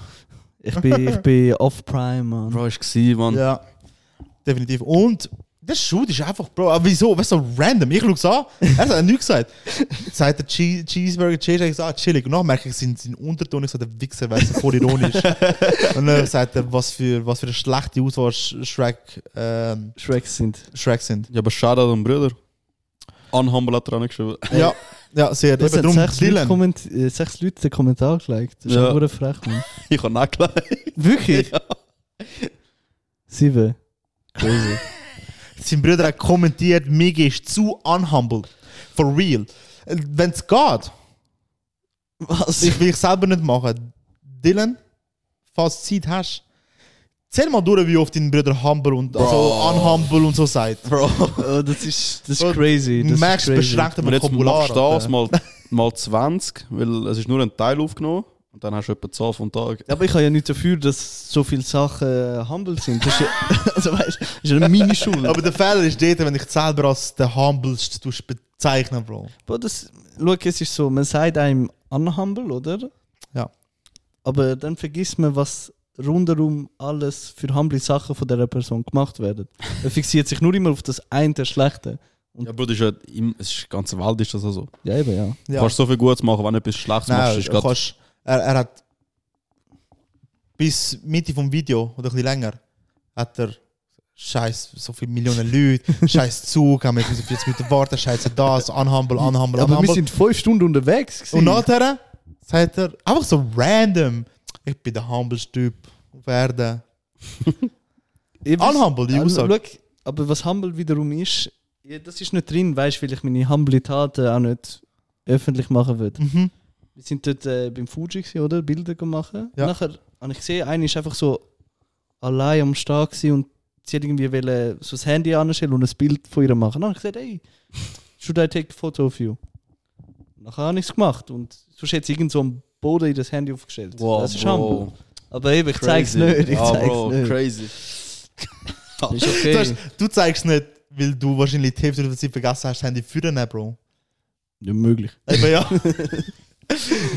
Ich bin, ich bin off-prime, Mann.
Bro, ist gewesen, Mann.
äh, ja, definitiv. Und der Shoot ist einfach, Bro, aber wieso? Weißt du, so random. Ich schaue es an, er hat nichts gesagt. Sagt der Chee- Cheeseburger, Cheeseburger, ich sage, chillig. Und nachher merke ich, sind sind Unterton, ich sage, der Wichser, weißt du, voll ironisch. Und dann sagt er, was für, was für eine schlechte Auswahl Sh- Shrek, ähm,
Shreks sind.
Shrek sind.
Ja, aber schade an den Bruder. Unhumble hat er angeschrieben.
Ja, ja, sehr.
Das
Eben
hat
drum,
sechs Leute,
Dylan.
komment- äh, sechs Leute den Kommentar gelegt. Das ist
Ja.
ja. frech, Mann.
Ich kann nicht gleich.
Wirklich? Sieben. Crazy.
Sein Bruder hat kommentiert, Migi ist zu unhumble. For real. Wenn es geht,
Was?
Ich will ich selber nicht machen. Dylan, falls du Zeit hast, zähl mal durch, wie oft dein Bruder humble und also unhumble und so sagt.
Bro.
Oh, das ist, das ist
Und
crazy. Das
Max
ist crazy.
beschränkt den
Und jetzt
Vokabular.
machst du das
Alter.
mal, mal 20, weil es ist nur ein Teil aufgenommen und dann hast du etwa 12 vom Tag.
Ja, Aber ich habe ja nichts dafür, dass so viele Sachen äh, humble sind. Das ist ja, also weißt du, das ist ja meine Schuld.
Aber der Fehler ist dort, wenn ich dich selber als der humblest tust bezeichnen, Bro.
Bro, das, schau, es ist so, man sagt einem unhumble, oder?
Ja.
Aber dann vergisst man, was rundherum alles für humble Sachen von dieser Person gemacht werden. Man fixiert sich nur immer auf das eine Schlechte.
Ja, Bro, das ist ja im, es ist, die ganze Welt ist das auch so.
Ja, eben, ja.
Ja.
Du kannst so viel Gutes machen, wenn du etwas Schlechtes machst.
Nein,
Ist
du
grad,
kannst, er, er hat bis Mitte vom Video oder ein bisschen länger hat er Scheiß, so viele Millionen Leute, Scheiß Zug, haben wir 45 Minuten warten, Scheiße das, unhumble, unhumble,
Aber wir
unhumble.
sind fünf Stunden unterwegs.
Und nachher sagt er einfach so random. ich bin der humbleste Typ auf Erden.
Ich weiss-
Unhumble, die
Ja,
Aussage.
schau, aber was Humble wiederum ist, ja, das ist nicht drin, weißt du, weil ich meine humble Taten auch nicht öffentlich machen würde.
Mhm.
Wir sind dort äh, beim Fuji, gewesen, oder? Bilder gemacht.
Ja.
Nachher habe ich gesehen, einer ist einfach so allein am Start gewesen und sie hat irgendwie wollte so das Handy anstellen und ein Bild von ihr machen. Dann habe ich gesagt, hey, should I take a photo of you? Nachher habe ich es gemacht und sonst hätte sie irgend so am Boden in das Handy aufgestellt. das ist Humble. Aber eben, ich zeige es nicht. Ich
Ah,
zeig's
Bro,
nicht.
crazy.
Ist okay.
Du, hast, du zeigst nicht, weil du wahrscheinlich die Hälfte der Zeit vergessen hast, das Handy für den Bro.
Ja, möglich.
Eben ja.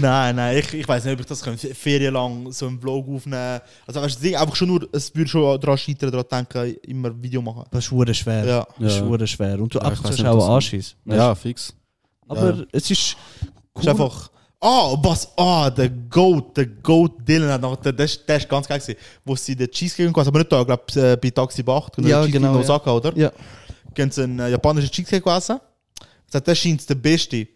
nein, nein, ich, ich weiß nicht, ob ich das kann. F- Ferienlang so einen Vlog aufnehmen. Also weißt du, das Ding, einfach schon nur, es würde schon daran scheitern, daran denken, immer Video machen.
Aber es ist verdammt schwer.
Ja.
Das ist
Ja.
verdammt schwer. Und du
Ja, ich weiss
abzuschauen
nicht, ob das-
auch Anschiss.
Ja, fix.
Aber es ist
Cool. Ist einfach. Ah, was? Ah, der Goat, der Goat Dylan hat noch. Der, der, ist- der ist ganz geil gewesen. Wo sie den Cheesecake gegessen haben, aber nicht da, ich glaube, bei Taxi Bacht oder
Ja,
Cheesecake
genau,
in
ja.
Osaka, oder?
Ja.
Gehen sie einen äh, japanischen Cheesecake gegessen. Sagt, der scheint der beste.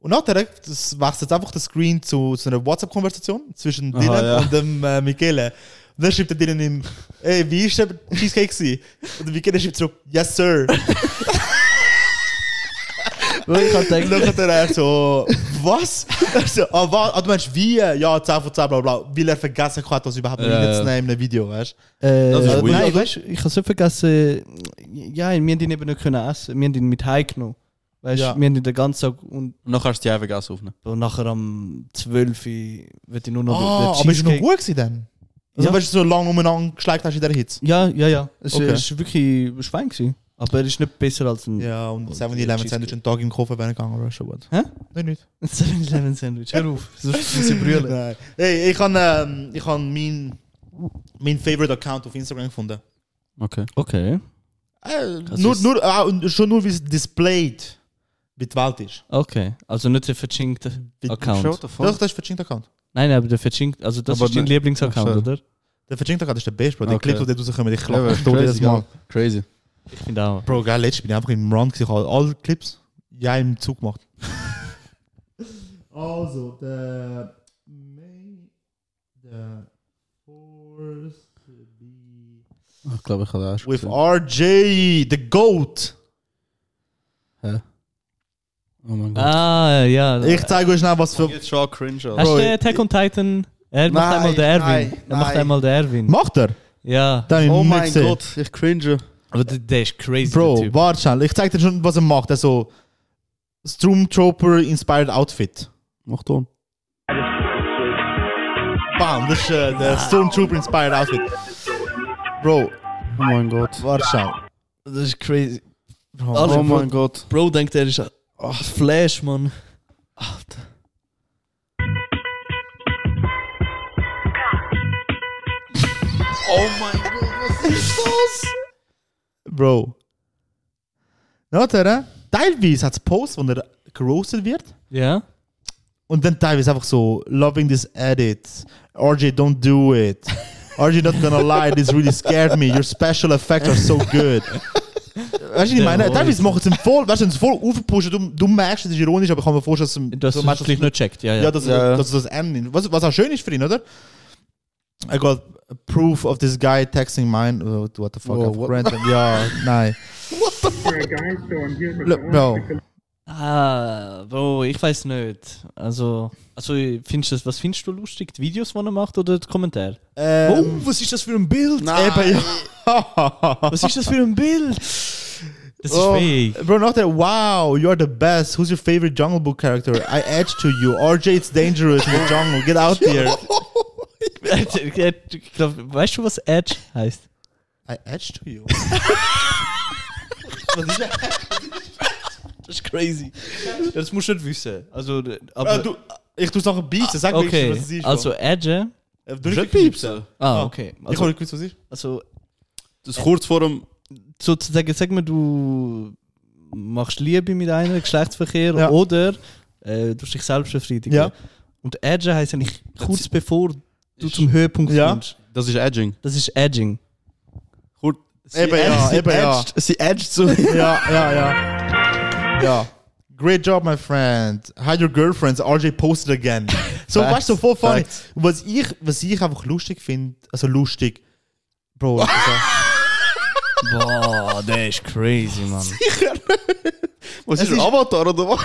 Und nachher das wechselt einfach der Screen ne zu, zu einer WhatsApp-Konversation zwischen
Aha,
Dylan
ja.
und dem äh, Michele. Und dann schreibt der Dylan ihm, ey, wie ist der Cheesecake gewesen? Und der Michele schreibt zurück, yes, sir.
Ich halt hab
Und dann
gedacht,
hat er echt so, was? Er so, ah, was? Ah, du meinst, wie? Ja, 10 von 10, bla bla. Weil er vergessen hat, das überhaupt
Ja,
reinzunehmen in ein Video, weißt du?
äh,
Das ist weird.
nein, weißt, du, ich habe so vergessen, ja, wir haben ihn eben nicht können essen. Wir haben ihn mit heimgenommen. Weißt du,
Ja.
wir haben ihn den ganzen Tag und,
Und dann kannst du die einfach Gas aufnehmen.
und nachher am 12. Uhr wird ich nur noch
Ah,
den
aber ist noch
Cheesecake-
gut gewesen dann? Also,
Ja.
weißt du, so lange umeinander geschleicht hast in dieser Hitze?
Ja, ja, ja. Es
Okay.
ist wirklich ein Schwein gewesen. Aber er ist nicht besser als ein
Ja,
Oh,
und
Und
7-Eleven Sandwich
Cheesecake.
einen Tag im Koffer wäre gegangen, wäre schon gut.
Hä?
Nein, nicht.
7-Eleven Sandwich. Hör auf,
dus
sonst muss ich brüllen.
Nein. Hey, ich habe ähm, ich hab mein, mein Favorite Account auf Instagram gefunden.
Okay.
Okay.
Äh,
Das
nur,
dus-
ist-
nur, ah, und schon nur, wie es displayed wie die Welt ist.
Okay. Also nicht der verchinkte
Wie-
Account.
the
Doch, das ist verzinkter Account.
Nein, aber der verzinkt, also das
Aber
ist dein
ne-
Lieblingsaccount,
Ach so.
oder?
Der verzinkte Account ist der beste, Bro. Die
Okay.
Clips, die dort rauskommen, ich
Ja,
klappe.
das
Ich tue jedes
crazy,
Mal.
ja. crazy.
Ich finde auch.
Bro, geil, letztens bin ich einfach im Run gewesen, ich habe alle Clips ja im Zug gemacht. also, der May, der Force
Ich glaube, ich habe das
With RJ, the GOAT.
Oh mein Gott.
Ah, ja.
Ich zeige euch schnell, was für...
Jetzt schon cringe,
Hast
Bro,
du den Attack on Titan? Er macht
Nein,
einmal den Erwin.
nein,
er macht
nein.
einmal den Erwin.
Macht er?
Ja.
Den hab ich
Oh
nicht
mein
gesehen.
Gott, ich cringe.
Aber der, der ist crazy. der
Bro,
typ.
warte schnell, ich zeige dir schon, was er macht. Er so... Stormtrooper-inspired Outfit.
Mach Ton.
Bam, das ist äh, der Stormtrooper-inspired Outfit. Bro,
Oh mein Gott.
warte schnell.
Das ist crazy.
Oh,
Alle, Bro,
mein Gott.
Bro denkt, er ist ein ah, Flash, Mann.
Bro. Nachher, teilweise hat es Posts, wo er gerostet wird.
Ja?
Und dann teilweise einfach so, loving this edit. RJ, don't do it. RJ, not gonna lie, this really scared me. Your special effects are so good. Weißt du, ich meine, teilweise machen sie ihn voll, weißt du, sie voll aufpushen. Du, du merkst, es ist ironisch, aber ich kann mir vorstellen,
Du hast
so
es
manchmal-
vielleicht nicht gecheckt. Ja, ja.
Ja, das,
Ja.
das ist das Ende. Was, was auch schön ist für ihn, oder? I got proof of this guy texting mine. Oh, what the fuck?
Whoa,
I've
what-
granted. Ja, nein. Look, Bro,
Oh, Ah, Bro, ich weiß nicht. Also, also findest du das, was findest du lustig? Die Videos, die er macht oder die Kommentare?
ähm,
oh, was ist das für ein Bild?
eben, ja.
Was ist das für ein Bild? Das ist
Oh,
fake.
Bro, not that. Wow, you're the best. Who's your favorite Jungle Book character? I edge to you. RJ, it's dangerous in the jungle. Get out there.
ich glaub, Äh, weißt du, was Edge heißt?
I edge to you. Was ist das?
Das ist crazy. Das musst du nicht wissen. Also, aber,
Äh, du, ich tu's nachher beatsen. Sag mir,
okay,
was es ist.
also Edge.
Bro. Äh, du nicht piepsen.
Ah, okay.
Ich hab
Also,
nicht gewusst, was es ist.
also
Das ist kurz vor dem.
sozusagen, sag mal, du machst Liebe mit einer, Geschlechtsverkehr
Ja.
oder äh, du hast dich selbst befriedigen.
Ja.
Und Edge heisst eigentlich kurz bevor du zum Höhepunkt
Ja.
kommst.
Das ist Edging.
Das ist Edging.
Kurz.
Eben ja, eben ja.
Sie edged so.
Ja, ja, ja. Ja. Great job, my friend. Hide your girlfriends. RJ posted again. So,
Facts,
weißt du, so voll funny.
Facts.
Was ich, was ich einfach lustig finde, also lustig, Bro, also,
Boah, der ist crazy, Mann.
Was ist ein Avatar oder was?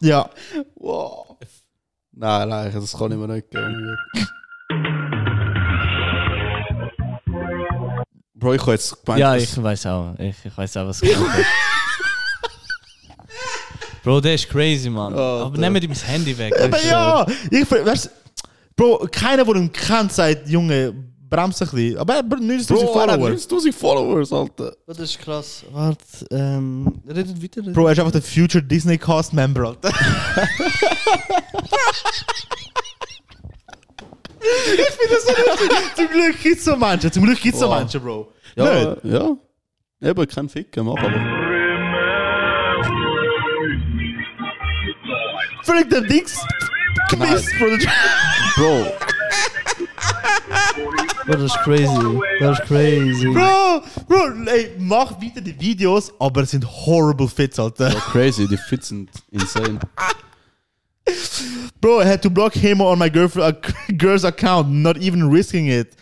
ja,
wow. Nein, nein, das kann ich mir nicht geben. Bro, ich habe jetzt gemeint,
Ja,
dass-
ich weiß auch. Ich, ich weiß auch, was kommt. Bro, der ist crazy, Mann. Aber
der-
nehmt ihm das Handy weg.
aber ja, ich, ver- weißt du, Bro, keiner, der ihn kennt, sagt, Junge, bremse ein bisschen. Aber er hat 9000
Bro, er hat
Follower.
9000 Followers, Alter.
Das ist krass. Warte, ähm, redet weiter.
Bro, er ist einfach der Future Disney Cast Member, Alter. ich finde das so lustig. Zum Glück gibt es so Menschen, zum Glück gibt es so
Wow.
Menschen, Bro.
Ja,
Nicht?
ja. Eben, kein Ficken, mach aber.
Völlig der Dings. Mist, Bro.
Bro,
Bro, das ist crazy. Das ist crazy.
Bro, Bro, ey, mach weiter die Videos, aber es sind horrible Fits, Alter.
crazy, die Fits sind insane.
Bro, I had to block him on my girlfriend, uh, girl's account, not even risking it.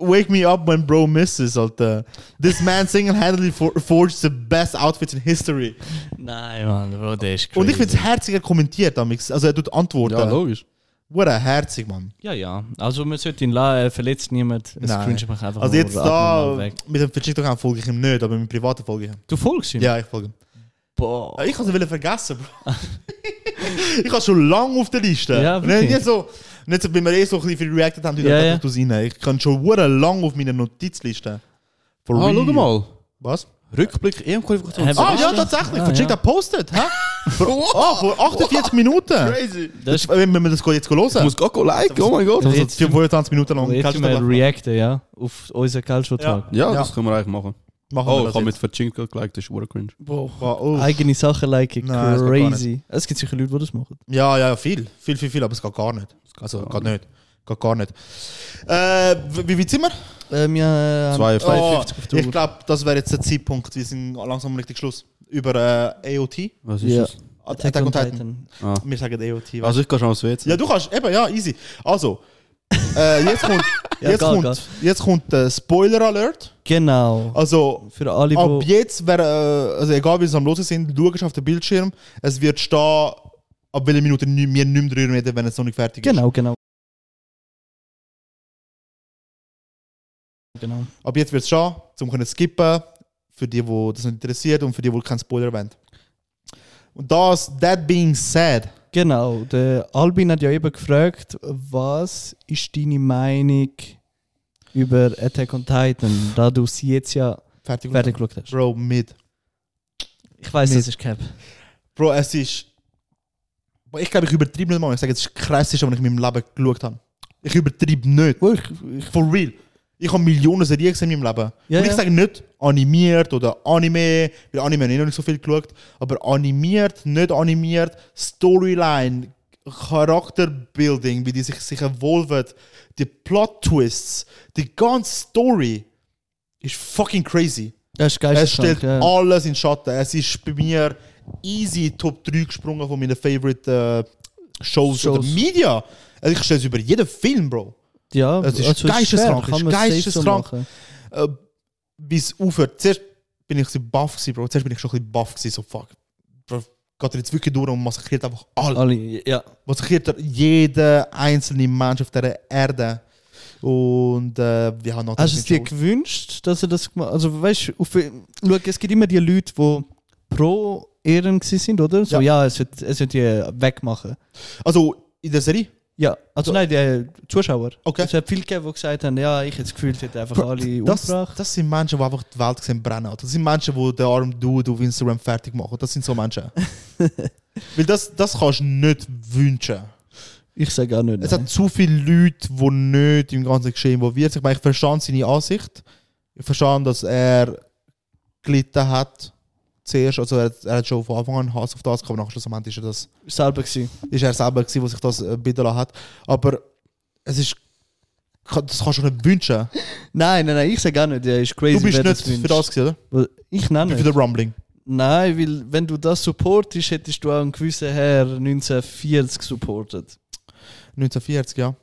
Wake me up when bro misses, Alter. This man single-handedly for forged the best outfits in history.
Nein, Mann, Bro, der ist crazy.
Und ich find's herzig, er kommentiert amix. Also er tut Antworten.
Ja, Oh, logisch.
What a herzig, Mann.
Ja, ja. Also, man sollte ihn lassen, er verletzt niemand. Es
Nein.
cringe mich einfach
Also
nur
jetzt da,
abnormal weg.
mit dem Verzicht-Account folge ich ihm nicht, aber mit dem privaten folge ich ihm.
Du folgst ihm?
Ja, ich folge ihm. Ah,
Boah.
Ich habe es vergessen, Bro. ich habe schon lange auf der Liste.
Ja,
Und
wirklich.
nicht so, nicht so, weil wir eh so ein bisschen viel reacted haben,
Ja,
ja,
ja.
ja. rein. Ich kann schon hure lang auf meiner Notizliste. For
Ah, schau
real.
mal. Also,
Was?
Rückblick EM-Qualifikation.
Hä,
Ah,
was
ja,
denn?
tatsächlich.
Ah,
Vercheckt
ja.
hat postet, hä? Vor, oh, vor 48 Minuten.
Ah, Crazy.
Das ist
Wenn wir das jetzt
Ich
hören.
muss gar liken, oh mein Gott.
Also
Jetzt-
25 Minuten lang.
jetzt
Ähm, Kannst du
können wir
das
reacten, ja? Auf unseren Culture-Talk.
Ja,
Ja.
das können wir eigentlich machen.
machen?
Oh,
wir
ich
das
habe mit
jetzt?
Verchinkt geliked, das ist hure dus cringe.
Bro.
Wow, oh.
Eigene Sachen liken,
Nein, das geht gar
crazy. Es gibt sicher Leute, die das machen.
Ja, ja, ja, viel. Viel, viel, viel, aber es geht gar nicht. Also,
gar
geht nicht. Geht gar nicht. Äh, wie weit sind wir?
Ähm, ja, ähm,
Zwei,
Oh,
oh.
ich glaube, das wäre jetzt der Zeitpunkt. Wir sind langsam richtig Schluss. Über äh, AOT.
Was ist
ja.
das?
Attack on Titan. Wir sagen AOT. weißt
Also ich kann schon aufs WC.
du. ja, du kannst. Eben, ja, easy. Also, äh, jetzt kommt,
Ja,
jetzt
geil,
kommt,
geil.
Jetzt kommt der Spoiler Alert.
Genau.
Also,
Für alle,
ab
die.
jetzt, wer, äh, also egal wie es am Los sind, du schaust auf den Bildschirm. Es wird stehen, ab welcher Minute ni- wir nicht mehr drüber reden, wenn es noch nicht fertig ist.
Genau, genau. Genau.
Ab jetzt wird es schon, zum können skippen, für die, wo das nicht interessiert und für die, wo keinen Spoiler wollen. Und das, that being said,
Genau, der Albin hat ja eben gefragt, was ist deine Meinung über Attack on Titan, da du sie jetzt ja
fertig.
fertig geschaut hast?
Bro, mit.
Ich weiß,
das
das ist Cap.
Bro, es ist. Boah, Ich glaube, ich übertreibe nicht mal. Ich sage, es ist krass, was ich in meinem Leben geschaut habe. Ich übertreibe nicht. For real. Ich habe Millionen Serien gesehen in meinem Leben.
Ja,
und ich
ja.
sage nicht animiert oder Anime, weil Anime habe ich noch nicht so viel geschaut, aber animiert, nicht animiert, Storyline, Charakterbuilding, wie die sich, sich evolven, die Plot-Twists, die ganze Story ist fucking crazy.
Das ist
Es Ah,
geisteskrank.
stellt
Ja.
alles in Schatten. Es ist bei mir easy Top 3 gesprungen von meinen Favorite äh, Shows, oder
Shows.
Media. Also ich stelle es über jeden Film, Bro.
ja,
es ist
also schwer,
geisteskrank,
kann
es ist
man safe
geisteskrank.
So machen.
Bis aufhört. Zuerst bin ich ein bisschen baff gewesen, Bro. Zuerst bin ich schon ein bisschen baff gewesen, so fuck. Bro, geht er jetzt wirklich durch und massakriert einfach alle.
Alle, ja.
Massakriert er jeden einzelnen Mensch auf dieser Erde. Und äh, wir haben noch
Hast du Also es dir
Shows.
gewünscht, dass er das gemacht hat? Also, weißt du, auf- schau, es gibt immer die Leute, die pro Ehren gewesen sind, oder? So, ja, es wird, es wird die wegmachen.
Also in der Serie?
Ja, also nein, die Zuschauer.
Okay.
Es hat viele gegeben, die gesagt haben, ja, ich hätte das Gefühl, ich hätte einfach alle
das,
umgebracht.
das sind Menschen, die einfach die Welt sehen brennen. Alter. Das sind Menschen, die den armen Dude auf Instagram fertig machen. Das sind so Menschen. Weil das, das kannst du nicht wünschen.
Ich sage auch nicht.
Es
nein.
hat zu viele Leute, die nicht im ganzen Geschehen involviert sind. Ich meine, ich verstand seine Ansicht. Ich verstand, dass er gelitten hat. Zuerst, also er, er hat schon von Anfang an Hass auf das gehabt, aber nachher schlussendlich ist er das
selber gewesen.
ist er selber gewesen, der sich das äh, bieten lassen hat. Aber es ist, das kannst du nicht wünschen.
Nein, nein, nein, ich sage auch nicht, er ist crazy.
Du bist
wer
nicht für
wünscht.
das gewesen, oder?
Ich nenne
Für den Rumbling.
Nein, weil wenn du das supportest, hättest du auch einen gewissen Herr 1940 supportet.
1940, ja.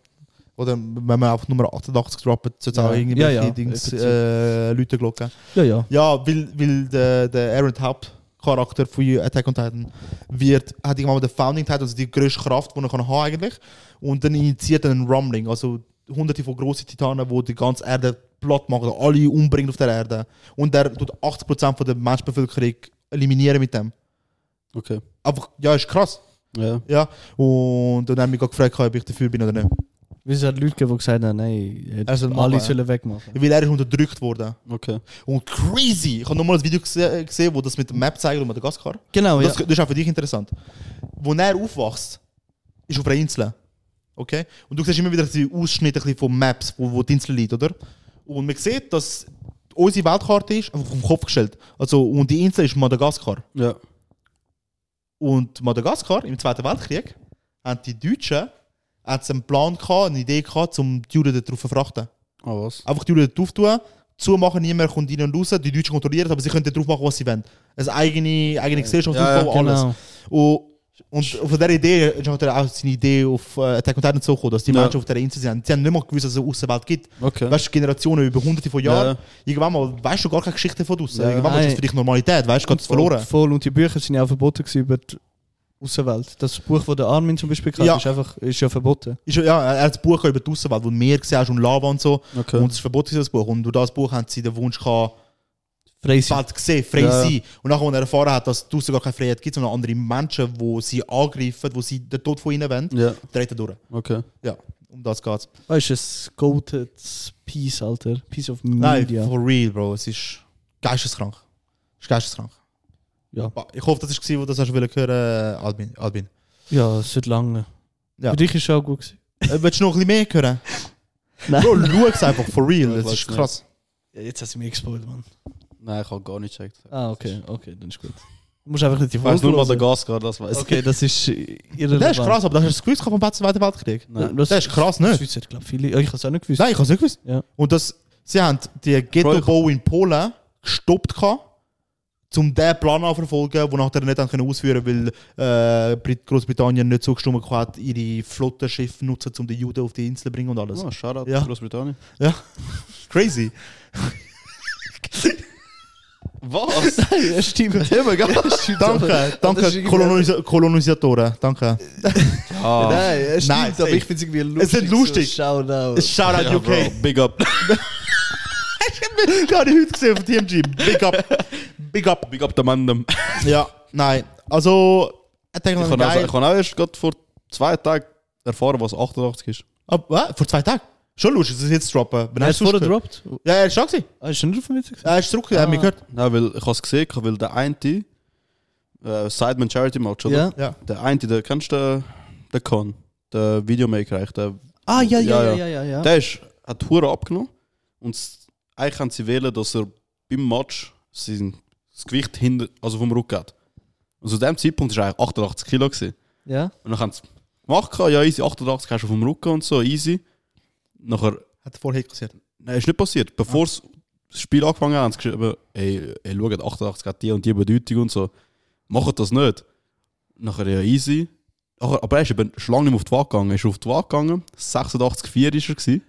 Oder wenn man auf Nummer 88 droppt, sollte es auch
Ja.
irgendwie
Ja, ja,
Dings,
im Prinzip.
äh, Leute glocken.
Ja, ja.
Ja, weil, weil der, der Aaron Haupt Charakter von Attack on Titan wird, hat irgendwann mal den Founding Titan, also die größte Kraft, die er kann haben eigentlich. Und dann initiiert er einen Rumbling, also hunderte von grossen Titanen, die die ganze Erde platt machen, alle umbringen auf der Erde. Und der tut 80% von der Menschenbevölkerung eliminieren mit dem.
Okay.
Einfach, ja, ist krass.
Ja.
Ja. Und dann haben wir gefragt, ob ich dafür bin oder nicht.
Weil es hat Leute gegeben, die gesagt haben, nein,
Er soll machen,
alle
ja.
sollen wegmachen.
Weil er ist unterdrückt worden.
Okay.
Und crazy! Ich habe nochmal ein Video gese- gesehen, wo das mit der Map zeigt und Madagaskar.
Genau, ja.
Das, das ist auch für dich interessant. Wo er aufwachst, ist auf einer Insel. Okay? Und du siehst immer wieder die Ausschnitte ein bisschen von Maps, wo, wo die Insel liegt, oder? Und man sieht, dass unsere Weltkarte ist einfach vom Kopf gestellt. Also, und die Insel ist Madagaskar.
Ja.
Und Madagaskar im Zweiten Weltkrieg haben die Deutschen haben sie einen Plan gehabt, eine Idee gehabt, um die Juden dort drauf zu verfrachten.
Ah, was?
Einfach die Juden drauf tun, zumachen, niemand kommt rein und raus, die Deutschen kontrollieren, es, aber sie können dort drauf machen, was sie wollen. Eine eigene, eigene Gesellschaft
Ja, genau. ja,
aufbauen, um alles.
Genau.
Und, und von dieser Idee ist natürlich auch seine Idee auf äh, Attack on Titan so gekommen, dass die
Ja.
Menschen auf der Insel sind. Sie haben nicht mal gewusst, dass es eine Außenwelt gibt.
Okay.
Weißt du, Generationen über hunderte von Jahren.
Ja.
Irgendwann mal weißt du gar keine Geschichte von draußen.
Ja.
Irgendwann mal ist das
Nein.
für dich Normalität, weißt du, geht es verloren.
Voll, und die Bücher sind ja auch verboten gewesen über die Außenwelt. Das Buch, das der Armin zum Beispiel hat,
Ja.
ist, einfach, ist ja verboten.
Ist, ja- ja, er hat das Buch über die Außenwelt, wo du mehr gesehen hast und Lava und so.
Okay.
Und es ist verboten, das Buch. Und durch das Buch haben sie den Wunsch gehabt,
Frei
die
sein.
Welt gesehen, frei
Ja.
sein. Und nachher, als er erfahren hat, dass es draußen gar keine Freiheit gibt, sondern andere Menschen, die sie angreifen, die sie den Tod von ihnen wollen,
Ja.
dreht er durch.
Okay.
Ja, um das geht es.
Weißt du, es goated Piece, Alter. Piece of
Nein,
Media.
for real, Bro. Es ist geisteskrank. Es ist geisteskrank.
Ja.
Ba- Ich hoffe, das war, wo du das hast wollen hören, äh, Albin. Albin.
ja, es wird lange.
Ja.
Für dich ist es auch gut gewesen.
Äh, willst du noch ein bisschen mehr hören?
Nein.
Bro, schau es einfach, for real. Es ist
nicht.
krass.
jetzt hast du mich gespoilt, Mann.
Nein, ich habe gar nicht gecheckt.
Ah, okay, okay, dann ist gut. Du musst einfach nicht die
Ich weiß
Folge
nur mal der
hören.
Gasgar, das weiß
Okay, das ist äh, irrelevant. Nou,
Das ist krass, aber das hast du es gewusst gehabt vom Zweiten Weltkrieg.
Nein.
Das ist krass, ne?
Das wissen, glaub ich, viele. Ja, ich habe es auch nicht gewusst.
Nein, ich habe es nicht gewusst.
Ja.
Und das, sie haben die
Bro, ich-
Ghetto-Bau in Polen gestoppt, gehabt, um diesen Plan anzuverfolgen, den nachher nicht haben können ausführen weil äh, Brit- Großbritannien nicht zugestimmt hat, ihre Flottenschiffe nutzen, um die Juden auf die Insel zu bringen und alles.
Ah, Shoutout
Ja.
Großbritannien.
Ja. Crazy.
Was?
Ja, stimmt.
Immer ganz
Danke, danke Kolonisa Kolonisatoren. Danke.
Ah.
Nein, es
Nein,
stimmt, aber
safe.
ich finde es irgendwie lustig.
Es sind lustig.
So, Shoutout.
Shoutout
Ja,
UK.
Bro, big up.
Ich habe heute gesehen auf TMG. Big up. Big up.
Big up der Mandem. Ich
Ja, nein. Also, ich denke,
habe auch,
geil.
ich hab auch erst gerade vor zwei Tagen erfahren, was 88 ist.
Ab- äh, vor zwei Tagen. Schon lustig, dass es jetzt droppen. Wann
Er
hast
ist
du es
vorher
gehört?
gedroppt.
Ja, er ist schon gewesen.
Ah, ist schon nicht auf dem Witz gewesen?
Er ist zurück, er hat mich gehört.
Nein, weil ich habe es gesehen, weil der eine, äh, Sideman Charity Match, oder?
Ja.
Ja.
Der eine, der kennst du den, den Con, der Videomaker, eigentlich, der,
Ah, ja, ja,
Ja,
ja, ja,
ja.
ja. ja.
der ist, hat Hure abgenommen und s- eigentlich haben sie wählen, dass er beim Match sein, das Gewicht hinter, also vom Rücken hat. Und zu dem Zeitpunkt war er eigentlich 88 Kilo. Gewesen.
ja.
Und dann haben sie gemacht, gehabt, ja easy, 88 hast du auf dem Rücken und so, easy. Nachher,
Hat voll Hate kassiert.
nein, ist nicht passiert. Bevor
Ah.
es das Spiel angefangen hat, haben sie geschrieben, ey, ey schaut, 88 hat die und die Bedeutung und so. Macht das nicht. Nachher, ja easy. Nachher, aber er ist eben schon lange nicht mehr auf die Waage gegangen. Er ist auf die Waage gegangen, 86,4 ist er gewesen.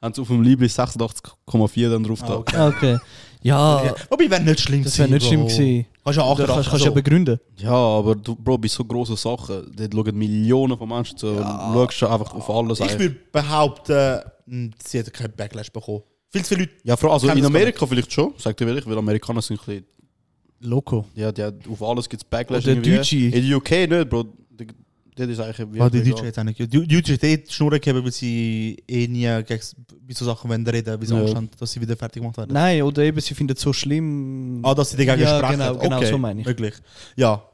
Haben sie auf dem Liebling 86,4 dann drauf getan.
Ah, Okay. Ja,
Ja. Wobei, wäre nicht schlimm
das wäre nicht schlimm gewesen.
Kannst ja
Du kannst,
88
kannst ja begründen.
Ja, aber du, Bro, bei so grossen Sachen, dort schauen Millionen von Menschen zu und schaust schon einfach auf alles.
Ich
eigentlich.
würde behaupten, mh, sie hat keinen Backlash bekommen. Viel zu viele Leute.
Ja, vor allem, also
Kann
in
das gar
Amerika vielleicht schon, sagt ihr ehrlich, weil Amerikaner sind ein bisschen,
Loco.
ja, die, hat- auf alles gibt es Backlash.
Oder
irgendwie.
Deutsche.
In der UK nicht, Bro. Die- Das ist eigentlich
Ah, die
wirklich
Deutschen
egal.
jetzt eigentlich. Die die Deutschen hat eh die Schnur gehabt, weil sie eh nie gegen bei so Sachen wollen reden, weil sie
Ja.
Angst haben, dass sie wieder fertig gemacht werden.
Nein, oder eben, sie finden es so schlimm.
Ah, dass sie dagegen
Ja,
sprechen.
genau, genau so meine ich.
Wirklich. Ja,